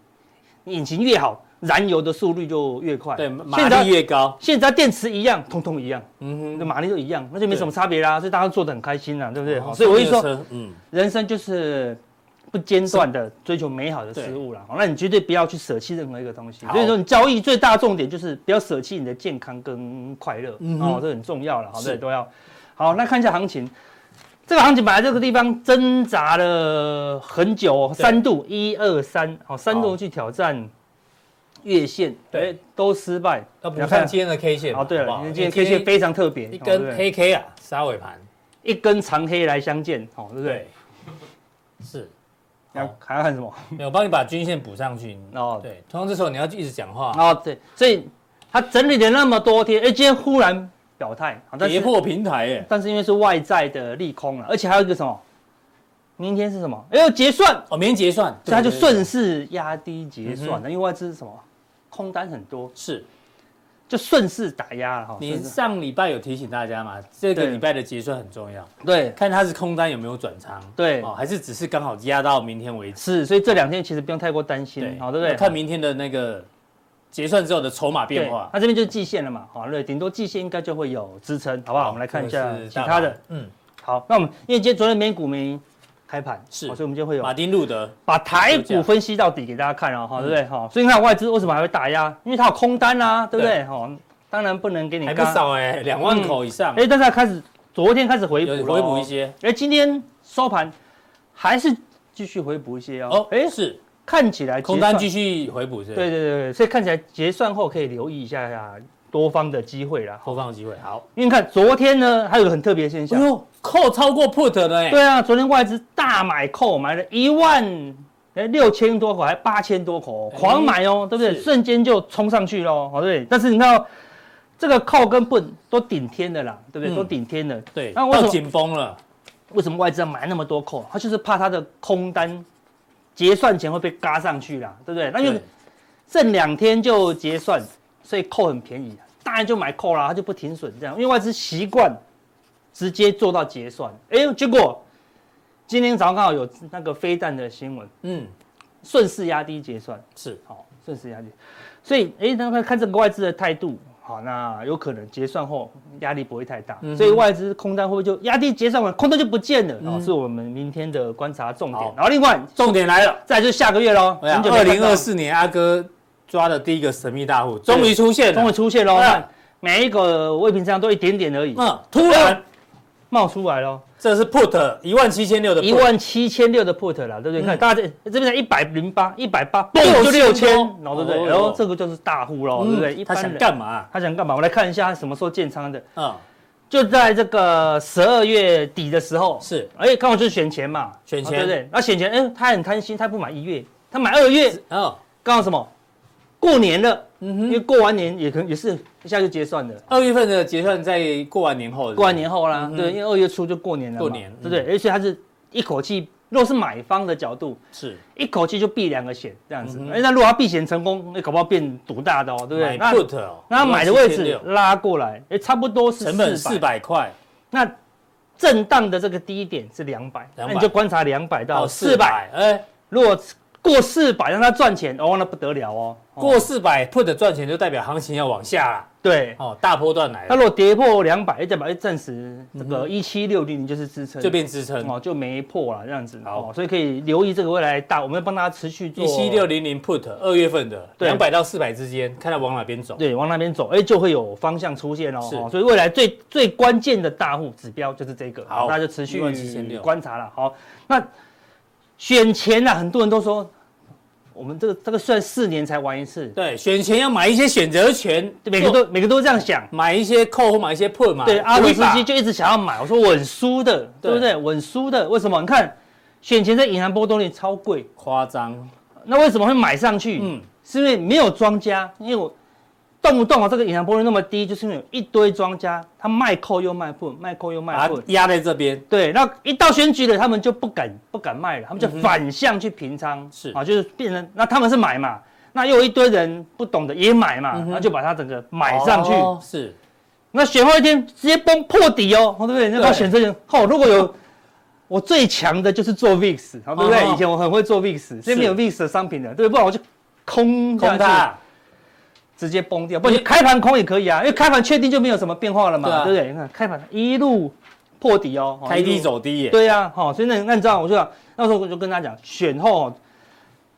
D: 你引擎越好，燃油的速率就越快，
B: 对，
D: 现
B: 马
D: 在
B: 力越高，
D: 现在电池一样，通通一样，
B: 嗯
D: 那
B: 哼，
D: 马力都一样，那就没什么差别啦，所以大家做的很开心啦，对不对？
B: 哦
D: 所以我一
B: Sony 的
D: 说，
B: 车嗯，
D: 人生就是不间断的追求美好的事物啦。好那你绝对不要去舍弃任何一个东西。
B: 好
D: 所以说，你交易最大重点就是不要舍弃你的健康跟快乐，
B: 嗯哼
D: 哦，这很重要了，好，
B: 是
D: 这都要。好，那看一下行情。这个行情本来这个地方挣扎了很久、哦，
B: 对
D: 三度一二三，好，三
B: 好
D: 度去挑战月线，
B: 哦对
D: 哎，都失败。
B: 要补
D: 你
B: 上
D: 看
B: 今天的 K 线嘛，
D: 哦，对
B: 好不
D: 了，
B: 好
D: 因为今天 K 线非常特别，
B: 一
D: 哦对不
B: 根
D: 对
B: 黑 K 啊，杀尾盘，
D: 一根长黑来相见，哦，对不对？
B: 对，是，
D: 要
B: 好
D: 还要看什么？
B: 没有我帮你把均线补上去，
D: 哦，
B: 对，通常这时候你要一直讲话，
D: 哦，对，所以他整理了那么多天，哎，今天忽然表态，好但
B: 跌
D: 是
B: 破平台耶，
D: 但是因为是外在的利空啊了，而且还有一个什么，明天是什么？哎呦，结算，
B: 哦，明天结算，
D: 所以他就
B: 对嗯对对
D: 顺势压低结算了，因为外资是什么，空单很多，
B: 是。
D: 就顺势打压了哈。
B: 你
D: 顺势
B: 上礼拜有提醒大家嘛，这个
D: 哦对
B: 礼拜的结算很重要，
D: 对
B: 看它是空单有没有转仓，
D: 对
B: 哦，还是只是刚好压到明天为止，
D: 是，所以这两天其实不用太过担心，好，对不对？
B: 要看明天的那个结算之后的筹码变
D: 对
B: 化，
D: 那这边就是季线了嘛，好，对，顶多季线应该就会有支撑，好不好？我们来看一下
B: 这个是
D: 其
B: 大
D: 他的
B: 盘，，嗯，
D: 好，那我们因为今天昨天美股没开盘，
B: 是
D: 好所以我们今天会有
B: 马丁路德
D: 把台股分析到底给大家看
B: 嗯
D: 哦，哈，对不对？哈，所以你看外资为什么还会打压？因为它有空单啊，对不对？哈，当然不能给你
B: 还不
D: 干。
B: 少哎，两万口以上，
D: 哎，但是它开始昨天开始回补
B: 有
D: 了，
B: 回补一。些
D: 哎，今天收盘还是继续回补一些哦
B: 哦。，
D: 哎，
B: 是
D: 看起来结
B: 空
D: 算
B: 单继续回补是不是，
D: 对对对对，所以看起来结算后可以留意一下呀多方的机会啦。
B: 后放机会，好，
D: 因为你看昨天呢，还有个很特别的现
B: 哎
D: 象，
B: 呦，扣超过 put 的哎，
D: 对啊，昨天外资大买扣买了一万哎六千多口，还八千多口哦，
B: 哎
D: 狂买哦，对不对？
B: 是
D: 瞬间就冲上去喽，好对不对。但是你看、哦，这个扣跟笨都顶天的啦，对不对？
B: 嗯
D: 都顶天的。
B: 对，
D: 那为什
B: 到
D: 么
B: 紧绷了，
D: 为什么外资要买那么多扣？他就是怕他的空单结算前会被嘎上去啦，对不对？那就
B: 对
D: 剩两天就结算，所以扣很便宜，当然就买扣啦，它就不停损这样，因为外资习惯直接做到结算。哎、结果今天早上刚好有那个飞弹的新闻，
B: 嗯，
D: 顺势压低结算，
B: 是
D: 好，顺势压低，所以哎，那、看看这个外资的态度。好，那有可能结算后压力不会太大，
B: 嗯哼
D: 所以外资空单会不会就压低结算完，空单就不见了？
B: 嗯
D: 哦，是我们明天的观察重点
B: 好。
D: 然后另外，
B: 重点来了。
D: 再来就是下个月喽，
B: 我想
D: 很久没
B: 哎二
D: 看
B: 零
D: 到
B: 二四年阿哥抓的第一个神秘大户终于出现
D: 终
B: 了
D: 于，出现喽
B: 对啊。
D: 看每一个未平仓都一点点而已，
B: 嗯，突然
D: 冒出来喽，
B: 这是 put 一万七千六的 put
D: 一万七千六的 put 啦，对不对？
B: 嗯
D: 看大家这这边才一百零八，一百八，
B: 6000
D: 嘣就六千，然
B: 多
D: 后对不
B: 哦
D: 对？然后这个就是大户喽，对不对？
B: 嗯
D: 一
B: 他
D: 般
B: 想
D: 人
B: 干嘛？
D: 他想干嘛？我们来看一下他什么时候建仓的，
B: 嗯，
D: 就在这个十二月底的时候，
B: 是
D: 哎，刚好就是选钱嘛，啊
B: 选钱
D: 对不对？那选钱，哎，他很贪心，他不买一月，他买二月，
B: 哦，
D: 刚好什么？过年了，
B: 嗯
D: 因为
B: 哼，
D: 过完年也可能也是一下就结算的。
B: 二月份的结算在过完年后，
D: 过完年后啦
B: 嗯，哼
D: 对，因为二月初就过年了嘛，
B: 过年嗯
D: 对不对？而且他是一口气，如果是买方的角度，
B: 是
D: 一口气就避两个险这样子
B: 嗯哼。
D: 哎，那如果他避险成功，那搞不好变独大的哦，对不对？
B: 买
D: 那
B: put 哦，
D: 那他买的位置
B: 17600
D: 拉过来，哎，差不多是
B: 成本四
D: 400，
B: 百块，
D: 那震荡的这个低点是两百，那你就观察两百
B: 哦
D: 到四百，，
B: 哎，
D: 如果过四百让他赚钱，哦，那不得了哦。哦
B: 过四百 put 赚钱就代表行情要往下啦，
D: 对，
B: 哦，大波段来
D: 那
B: 了，
D: 如果跌破两百，代表哎暂时这
B: 嗯
D: 个一七六零零就是支撑，
B: 就变支撑
D: 哦，就没破了这样子。
B: 好
D: 哦，所以可以留意这个未来大，我们帮大家持续做
B: 一七六，零零 put 二月份的
D: 对
B: 两百到四百之间，看它往哪边走，
D: 对，往那边走，哎，就会有方向出现哦。
B: 是
D: 哦所以未来最最关键的大户指标就是这个，
B: 好
D: 大家就持续
B: 17600
D: 观察了。好，那选前呐、啊，很多人都说，我们这个这个算四年才玩一次，
B: 对，选前要买一些选择权，
D: 每个都每个都这样想。
B: 买一些扣或买一些 put 嘛，
D: 对，阿
B: 啊赌一
D: 文斯
B: 把
D: 基就一直想要买，我说稳输的，对不
B: 对
D: 对？稳输的，为什么？你看选前在隐含波动率超贵，
B: 夸张，
D: 那为什么会买上去？
B: 嗯
D: 嗯，是因为没有庄家，因为我动不动啊，这个隐含波动率那么低，就是因为有一堆庄家他卖扣又卖 put，卖扣又卖
B: 把
D: put，
B: 它压在这边，
D: 对，那一到选举了，他们就不敢不敢卖了，他们就
B: 嗯哼
D: 反向去平仓，
B: 是
D: 啊，就是变成那他们是买嘛，那又有一堆人不懂的也买嘛，
B: 嗯哼
D: 然后就把它整个买上去。
B: 哦是
D: 那选后一天直接崩破底哦，哦对不对？那
B: 对
D: 他选择人后如果有我最强的就是做 VIX，好对
B: 嗯
D: 不对？
B: 哼
D: 以前我很会做 VIX，这边有 VIX 的商品的，对，不然我就空下
B: 空
D: 去
B: 它，
D: 直接崩掉，不然你开盘空也可以啊，因为开盘确定就没有什么变化了嘛，
B: 对
D: 对
B: 啊
D: 不对？你看开盘一路破底哦，哦
B: 开低。
D: 一路
B: 走低耶，
D: 对呀、好、所以那那你知道，我就讲那时候我就跟他讲，选后哦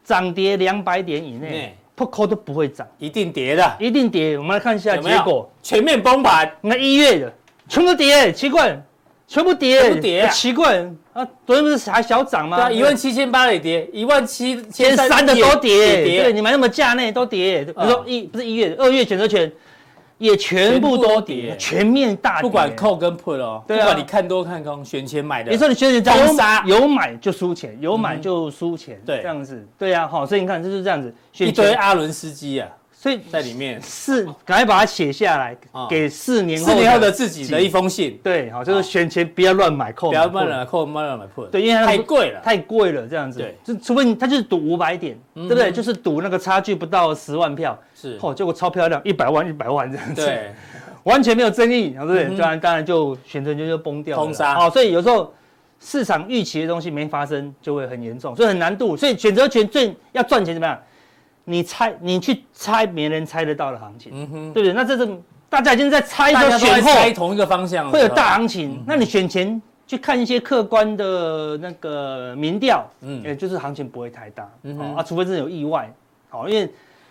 D: 涨跌两百点以内
B: 内，
D: 破扣都不会涨，
B: 一定跌的，
D: 一定跌。我们来看一下
B: 有没有
D: 结果，
B: 全面崩盘，
D: 你看一月的全部跌，奇怪，全部跌，
B: 全部跌啊
D: 奇怪啊！昨天不是还小涨
B: 对啊，
D: 吗？
B: 一万七千八也跌，一万七
D: 千
B: 千
D: 三的都跌，对，
B: 跌，
D: 你买那么价内都跌，比如
B: 啊
D: 说一不是一月，二月选择权也全部都跌，全面大跌，
B: 不管。扣跟 put 哦，不
D: 对啊
B: 管你看多看空，选前买的，
D: 你说你选择
B: 封杀
D: 权有有买就输钱，有买
B: 嗯哼
D: 就输钱，
B: 对
D: 这样子，对啊，好，所以你看就是这样子，选
B: 一堆
D: 权，
B: 阿伦斯基啊
D: 所以
B: 在里面，
D: 四赶快把它写下来
B: 啊，
D: 给四年后
B: 四年后的自己的一封信，
D: 对，好，就是选前不要乱买扣，
B: 不要乱买扣，不要乱买 put，
D: 对因为它
B: 太贵了，
D: 太贵了，这样子，
B: 对嗯
D: 就除非你他就是赌五百点，对不对？就是赌那个差距不到十万票，
B: 是，
D: 哦，结果超漂亮，一百万一百万这样子，
B: 对，
D: 完全没有争议，对不对？
B: 嗯哼
D: 当然，当然就选择权就崩掉了啦，
B: 封杀
D: 哦，所以有时候市场预期的东西没发生，就会很严重，所以很难度。所以选择权最要赚钱怎么样？你猜，你去猜别人猜得到的行情，
B: 嗯哼，
D: 对不对？那这种大家已经在猜
B: 大家都
D: 说
B: 在
D: 哎选
B: 猜
D: 后
B: 同一个方向，
D: 会有大，行
B: 嗯
D: 情，那你选前去看一些客观的那个民调，
B: 嗯
D: 嗯，也就是行情不会太大，
B: 嗯
D: 嗯、
B: 哼
D: 啊，除非真的有意外，好、因为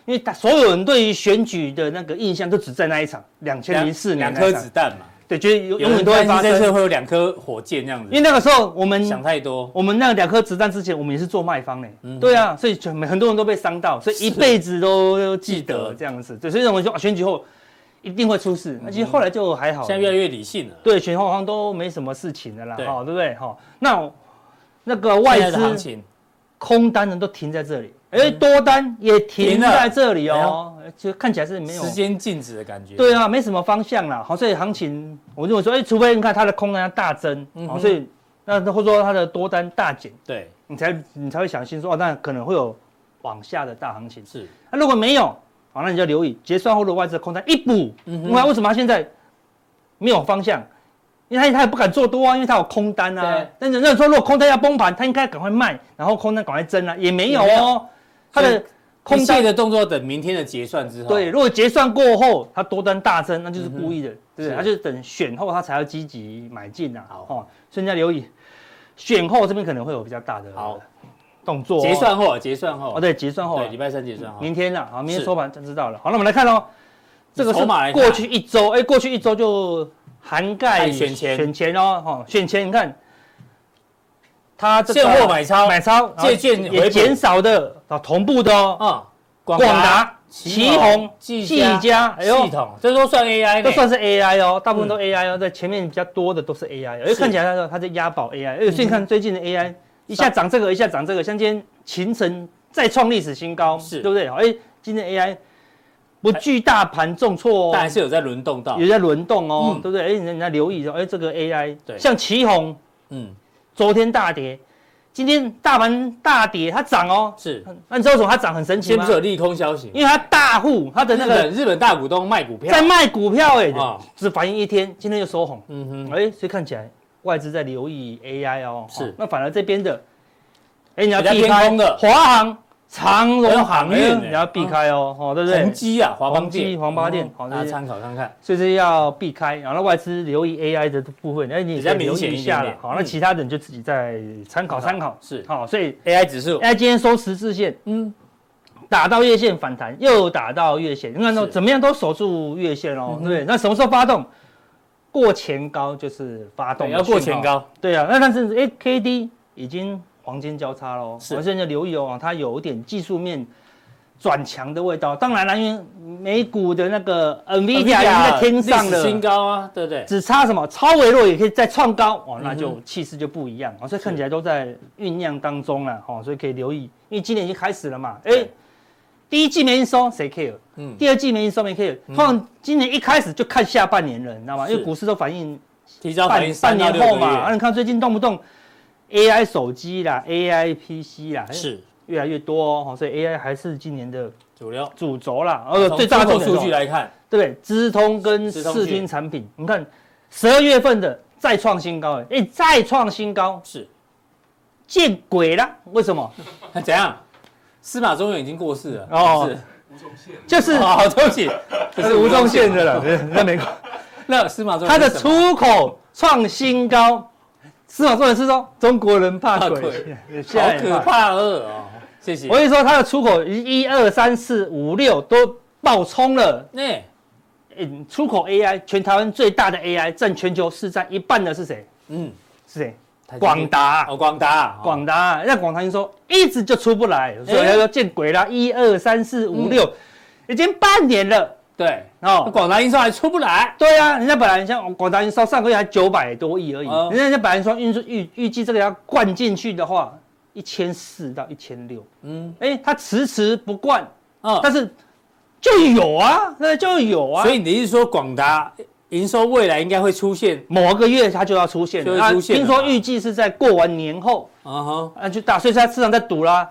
D: 因为他所有人对于选举的那个印象都只在那一场，两千零四年
B: 两
D: 那一
B: 颗
D: 场
B: 子，弹嘛。
D: 对，觉得永
B: 有
D: 永
B: 人
D: 远都会
B: 担
D: 发
B: 心这次
D: 生，
B: 会有两颗火箭这样子，
D: 因为那个时候我们
B: 想嗯太多，
D: 我们那两颗子弹之前，我们也是做卖方嘞、对啊，所以就很多人都被伤到，所以一辈子都记
B: 记得
D: 得这样子，对，所以我们说、啊、选举后一定会出事，那、其实后来就还好了，
B: 现在越来越理性了。
D: 对，选后好像都没什么事情的啦，
B: 对
D: 哈、对不对？哈、那那个外
B: 现在的行
D: 资
B: 情嗯
D: 空单呢都停在这里，哎，多单也
B: 停
D: 停
B: 了
D: 在这里哦，就看起来是没有
B: 时。间静止的感觉，
D: 对啊，没什么方向啦，好，所以行情我认为说，哎，除非你看它的空单大增，
B: 嗯
D: 好、
B: 哼
D: 所以那或者说它的多单大减，
B: 对
D: 你才你才会想清说，哦，那可能会有往下的大行情。
B: 是
D: 那、啊如果没有，好，那你就留意结算后的外资空单一补，
B: 嗯
D: 嗯、
B: 哼
D: 因为为什么他现在没有方向？因为他他也不敢做多啊，因为他有空单啊
B: 对。
D: 但是那时候如果空单要崩盘，他应该赶快卖，然后空单赶快增啊，也没有
B: 也没
D: 哦。他
B: 所
D: 的
B: 以空
D: 空
B: 单
D: 单
B: 的动作等明天的结算之后，
D: 对，如果结算过后他多单大增，那就是故意的，
B: 嗯
D: 对不
B: 是
D: 对？他就是等选后他才要积极买进啊。
B: 好
D: 哦，所以你要留意，选后这边可能会有比较大的
B: 好
D: 动作、哦。
B: 结算后，结算后
D: 哦，，对，结算后
B: 对，礼拜三结算后，
D: 明天了，好，明
B: 啊是
D: 天收盘就知道了。好，那我们来看哦，这个
B: 筹
D: 是
B: 码来看
D: 过去一周，哎，过去一周就涵盖
B: 看选前
D: 选前哦，哈，选前你看，它这个
B: 现货买超
D: 买超
B: 借券
D: 然后
B: 回
D: 也
B: 补
D: 减少的啊，同步的哦，
B: 啊，广
D: 广达、
B: 旗
D: 旗
B: 宏
D: 宏、
B: 技
D: 技嘉，哎呦
B: 系，统，这都算 AI
D: 都
B: 呢，
D: 算是 AI 哦，大部分都 AI 哦，在前面比较多的都是 AI，而
B: 嗯是嗯
D: 且看起来它说它在押宝 AI，而且你看最近的 AI 一下涨这个，一下涨这个，像今天秦晨再创历史新高，
B: 是
D: 对不对？好，哎，今天 AI 不惧大盘重挫
B: 但还
D: 哦，
B: 是有在轮动到
D: 有，在轮动哦，
B: 嗯
D: 对不对？哎，你人家留意说，哎，这个 AI，
B: 对
D: 像旗宏
B: 嗯，
D: 昨天大跌，今天大盘大跌，它涨哦，
B: 是，
D: 那你知道为什么它涨很神奇
B: 先不
D: 吗
B: 是？有利空消息，
D: 因为它大户，它的
B: 日
D: 那个
B: 本日本大股东卖股票
D: 在，卖股票哎
B: 啊，
D: 只反应一天，今天就收红。
B: 嗯哼，
D: 哎、所以看起来外资在留意 AI 哦，
B: 是
D: 哦那反而这边的，哎、你要
B: 比较
D: 避
B: 偏
D: 开
B: 空的哎
D: 华航、长
B: 还有
D: 荣
B: 航
D: 航
B: 运
D: 运，
B: 呢
D: 你要避开哦，哦，对不
B: 宏
D: 对？
B: 基啊，华邦
D: 宏基
B: 电，
D: 华邦电
B: 好，
D: 好
B: 大家
D: 这些
B: 参考看看，
D: 所以这要避开，然后外资留意 AI 的部分，哎，你也
B: 比较
D: 可以留
B: 明显
D: 意
B: 一
D: 一下
B: 点
D: 了
B: 点。
D: 好，那
B: 嗯
D: 其他的你就自己再参考参考。
B: 是
D: 好，所以
B: AI 指数，哎
D: AI 今天收十字线，
B: 嗯，
D: 打到月线反弹，又打到月线，你看到
B: 是
D: 怎么样都守住月线
B: 嗯
D: 哦，
B: 哼
D: 对不对？那什么时候发动？过前高就是发动
B: 对，
D: 的
B: 要过
D: 讯
B: 前
D: 号
B: 高，
D: 对啊，那但是哎，K D 已经黄金交叉喽。
B: 是
D: 所以现在留意哦，它有点技术面转强的味道。当然了，因为美股的那个 NVIDIA 已经在天上
B: 哎历史
D: 了，
B: 新高啊，对不对？
D: 只差什么超微弱也可以再创高哦，那
B: 嗯
D: 就气势就不一样哦，所以看起来都在酝酿当中了哦，所以可以留意，因为今年已经开始了嘛，哎、
B: 对
D: 第一季没营收谁 care？
B: 嗯，
D: 第二季没营收没 care？通常今年一开始就看下半年了，你知道吗？
B: 是
D: 因为股市都反映
B: 提早反
D: 半
B: 应哦
D: 半
B: 三到
D: 年
B: 六
D: 后
B: 个
D: 嘛，啊，
B: 月，
D: 你看最近动不动 AI 手机啦，AI PC 啦，哎
B: 是
D: 越来越多哦，哦所以 AI 还是今年的
B: 主流。
D: 主轴啦，而
B: 哦从
D: 最大的
B: 综
D: 重
B: 合
D: 点是
B: 数
D: 什
B: 据
D: 么
B: 来看，
D: 对不对？资通跟
B: 资通
D: 视
B: 讯
D: 听产品，你看十二月份的再创新高，哎、哎再创新高，
B: 是
D: 见鬼啦！为什么？
B: 怎样？司马中原已经过世了
D: 哦
B: 哦，
D: 就是
B: 是 好，对不起，
D: 这是吴宗宪的了，那 没关
B: 那司马中
D: 它
B: 原
D: 的
B: 是什么
D: 出口创新高，司马说的是说中国人怕
B: 怕
D: 鬼，
B: 好
D: 吓一
B: 可
D: 跳
B: 怕二哦，谢谢
D: 我。跟你说，它的出口一二三四五六都爆冲了。
B: 那
D: 哎出口 AI，全台湾最大的 AI 占全球市占一半的是谁？
B: 嗯，
D: 是谁？
B: 台积电
D: 广达。
B: 哦，广达，哦
D: 广达，啊那广达营收一直就出不来，所
B: 哎
D: 以他说见鬼啦！一二三四五六，已经半年了
B: 对，嗯那
D: 哦。
B: 广达营收还出不来，
D: 对啊，人家本来像广达营收上个月还九百多亿而已，
B: 哦
D: 人家本来说预预预计这个要灌进去的话，一千四到一千六，
B: 嗯
D: 哎，他迟迟不灌，
B: 嗯，
D: 但是就有啊，那就有啊，
B: 所以你的意思说广达营收未来应该会出现，
D: 某个月它就要出现了，
B: 就会出现
D: 啊
B: 了
D: 听
B: 嘛
D: 说预计是在过完年后，
B: 嗯哼，
D: 啊，就打，所以现在市场在赌啦。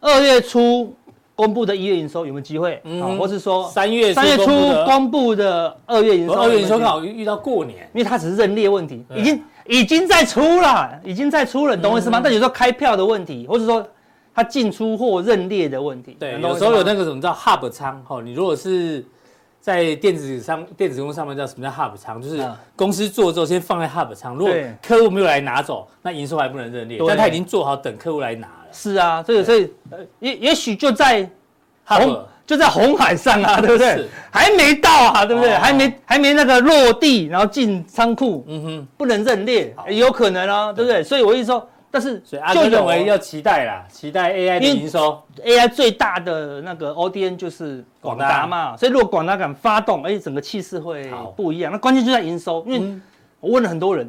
D: 二月初公布的一月营收有没有机会？
B: 嗯
D: 啊，或是说
B: 三月
D: 三月初
B: 公布的
D: 公布的二月营收，
B: 二月营收刚，好遇到过年，
D: 因为它只是认列问题，
B: 对
D: 已经已经在出了，已经在出了，你懂我意
B: 嗯
D: 思吗？但有时候开票的问题，或是说它进出货认列的问题，
B: 对，
D: 你懂我
B: 有时
D: 意思吗
B: 候有那个什么叫 hub 仓哈，哦你如果是在电子商电子公司上面叫什么叫 hub 仓，就是
D: 嗯
B: 公司做之后先放在 hub 仓，如果
D: 对
B: 客户没有来拿走，那营收还不能认列，
D: 对
B: 但他已经做好等客户来拿了
D: 是啊，所以所以呃也也许就在
B: ，hub
D: 红就在红海上啊，对不对
B: 是？
D: 还没到啊，对不对？
B: 哦
D: 还没还没那个落地，然后进仓库，
B: 嗯哼，
D: 不能认列，欸有可能啊，对不对？所以我一直说，但是
B: 所以阿
D: 就
B: 哥
D: 有啊
B: 认为要期待啦，期待 AI 的
D: 因为
B: 营收，
D: AI 最大的那个 ODN 就是广
B: 广达
D: 达嘛，所以如果广达敢发动，哎，整个气势会
B: 好
D: 不一样。那关键就在营收，因为
B: 嗯
D: 我问了很多人，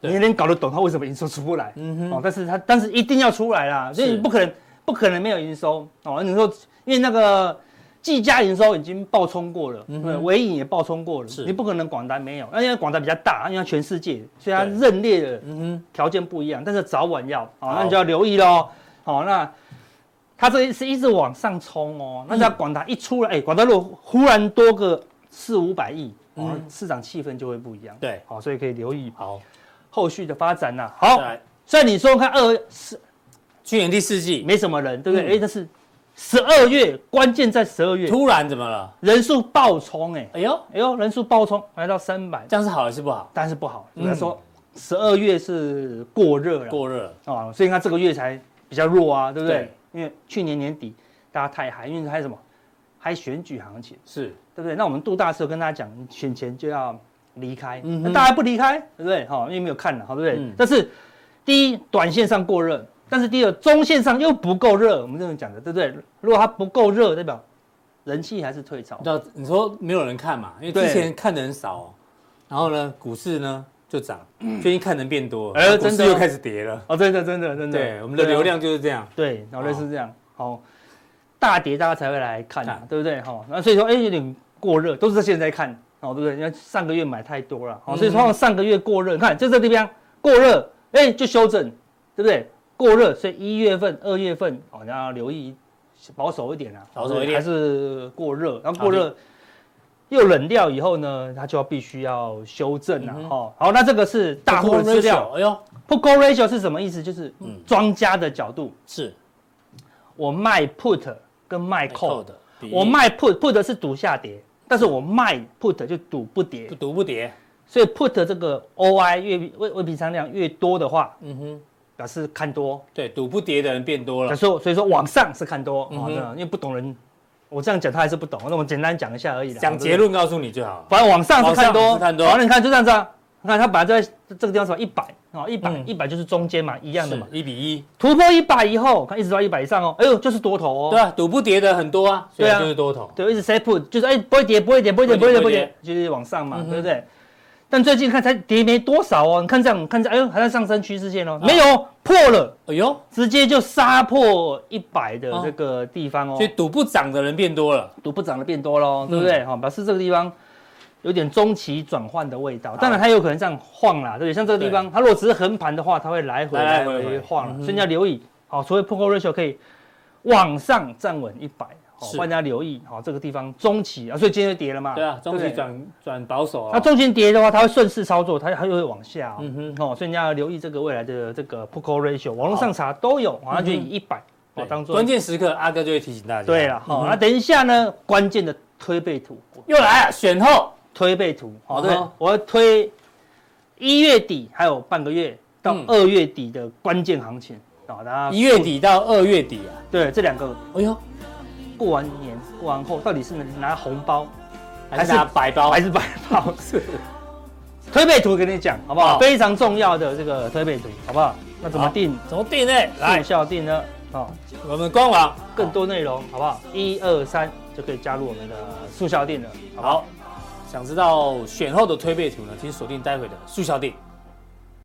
B: 对
D: 你有点搞得懂他为什么营收出不来，
B: 嗯
D: 哦
B: 哼，，
D: 但是它但是一定要出来啦，所以
B: 是
D: 你不可能不可能没有营收哦。你说因为那个技嘉营收已经爆冲过了，
B: 嗯
D: 嗯
B: 哼
D: 微影也爆冲过了
B: 是，
D: 你不可能广达没有，那因为广达比较大，因为它全世界，所以它
B: 对
D: 认列的
B: 嗯哼，
D: 条件不一样，但是早晚要哦，
B: 好
D: 那你就要留意喽。好、那它这是一直往上冲哦，那只要广达一出来，哎、广达如果忽然多个四五百亿，哦，
B: 嗯
D: 市场气氛就会不一样。
B: 对，
D: 好、所以可以留意
B: 好，
D: 后续的发展呐、
B: 再
D: 好，
B: 来，
D: 所以你说看二是
B: 去年第四季
D: 没什么人，对不对？
B: 嗯
D: 哎、但是十二月关键在十二月，
B: 突然怎么了？
D: 人数暴冲、哎，
B: 哎呦，
D: 哎呦，人数暴冲来到三百，
B: 这样是好还是不好？
D: 但是不好，
B: 嗯
D: 人家说十二月是过热了。
B: 过热了，
D: 啊，所以它这个月才比较弱啊，对不对？
B: 对
D: 因为去年年底大家太嗨，因为嗨什么？嗨选举行情，
B: 是
D: 对不对？那我们杜大师有跟大家讲，你选前就要离开，
B: 嗯哼
D: 那大家不离开，对不对？哈、因为没有看了，好，对不对？
B: 嗯
D: 但是第一，短线上过热，但是第二，中线上又不够热，我们这种讲的，对不对？如果它不够热，代表人气还是退潮。
B: 那你说没有人看嘛？因为
D: 对
B: 之前看的人少、哦，然后呢，股市呢就涨，最近看的人变多了，
D: 嗯哎
B: 然后股
D: 真的
B: 市
D: 哦
B: 又开始跌了。
D: 哦，真的，真的，真的，
B: 对，我们的
D: 啊
B: 流量就是这样。
D: 对，然后类似这样，好、大跌大家才会来看、啊
B: 哦看，
D: 对不对？哈、那所以说，哎，有点过热，都是现在看，哦，对不对？因为上个月买太多了，哦好、所以
B: 嗯
D: 通常上个月过热，你看就这地方过热，哎，就修正，对不对？过热，所以一月份、二月份，哦，你要留意保守一点啊，
B: 保守一点
D: 还是过热，然后过热。又冷掉以后呢，它就要必须要修正了、啊、
B: 嗯哼
D: 哦。好，那这个是大户的资料。，
B: 哎呦，
D: Put call ratio 是什么意思？就是
B: 嗯
D: 庄家的角度，
B: 是
D: 我卖 put 跟卖 call，
B: 的比例，
D: 我卖 put put 是赌下跌，但是我卖 put 就赌不跌
B: 不，赌不跌。
D: 所以 put 这个 OI 越未未平仓量越多的话，
B: 嗯哼，
D: 表示看多，
B: 对，赌不跌的人变多
D: 所以
B: 了。
D: 说所以说往上是看多，
B: 嗯
D: 啊，
B: 哼
D: 这样因为不懂人，我这样讲他还是不懂，那我简单讲一下而已啦。
B: 讲结论告诉你就好了。
D: 反正往上是看
B: 往上
D: 多，
B: 是看多
D: 反正你看就这样子啊，你看它本来在这个地方是吧，一百啊，一百
B: 嗯
D: 一百就是中间嘛，一样的嘛。
B: 一比一，
D: 突破一百以后，看一直到一百以上哦，哎呦，就是多头哦。
B: 对啊，赌不跌的很多啊，所以
D: 对啊
B: 它就是多头，
D: 对，一直 set put，就是哎不会跌，不会跌，不会跌，
B: 不
D: 不
B: 会
D: 会
B: 跌
D: 跌，不会
B: 不会
D: 跌，就是往上嘛
B: 嗯，哼
D: 对不对？但最近看才跌没多少哦，你看这样，你看这样，哎呦，还在上升趋势线
B: 啊
D: 哦，没有破了，
B: 哎呦，
D: 直接就杀破一百的这个地方哦，
B: 所以赌不涨的人变多了，
D: 赌不涨的变多
B: 嗯
D: 喽，对不对？哈、表示这个地方有点中期转换的味道。当然，它有可能这样晃啦，对不对？像这个地方，它如果只是横盘的话，它会来回
B: 来来
D: 来
B: 回
D: 回
B: 回
D: 晃啦，
B: 嗯哼
D: 所以你要留意。好、除非破 o ratio 可以往上站稳一百，好，
B: 是
D: 万家留意好、这个地方中期啊，所以今天就跌了嘛。
B: 对啊，中
D: 对
B: 期
D: 不对。
B: 转转保守
D: 它
B: 啊，
D: 中间跌的话，它会顺势操作，它它又会往下、哦。
B: 嗯哼，
D: 哦，所以你要留意这个未来的这个 p o c o ratio，网络上查都有，好像就以一百哦
B: 嗯对
D: 当做
B: 关键时刻阿哥就会提醒大家，
D: 对了，
B: 嗯
D: 好、
B: 哼
D: 那、等一下呢，关键的推背图，
B: 又来
D: 啊
B: 了，选后
D: 推背图，好、
B: 嗯
D: 对，我要推一月底还有半个月到
B: 嗯
D: 二月底的关键行情，好、大家
B: 一月底到二月底啊，
D: 对这两个
B: 哎呦，
D: 过完年过完后，到底是拿红包
B: 还是拿白包，
D: 还是白包？推背图给你讲好不好？
B: 好
D: 非常重要的这个推背图，好不好？那怎么
B: 好
D: 定？
B: 怎么定呢？
D: 来
B: 来，
D: 效定呢？哦，
B: 我们官网
D: 更多内容好不好？一二三就可以加入我们的速效定了，好不好？
B: 好，想知道选后的推背图呢，请锁定待会的速效定。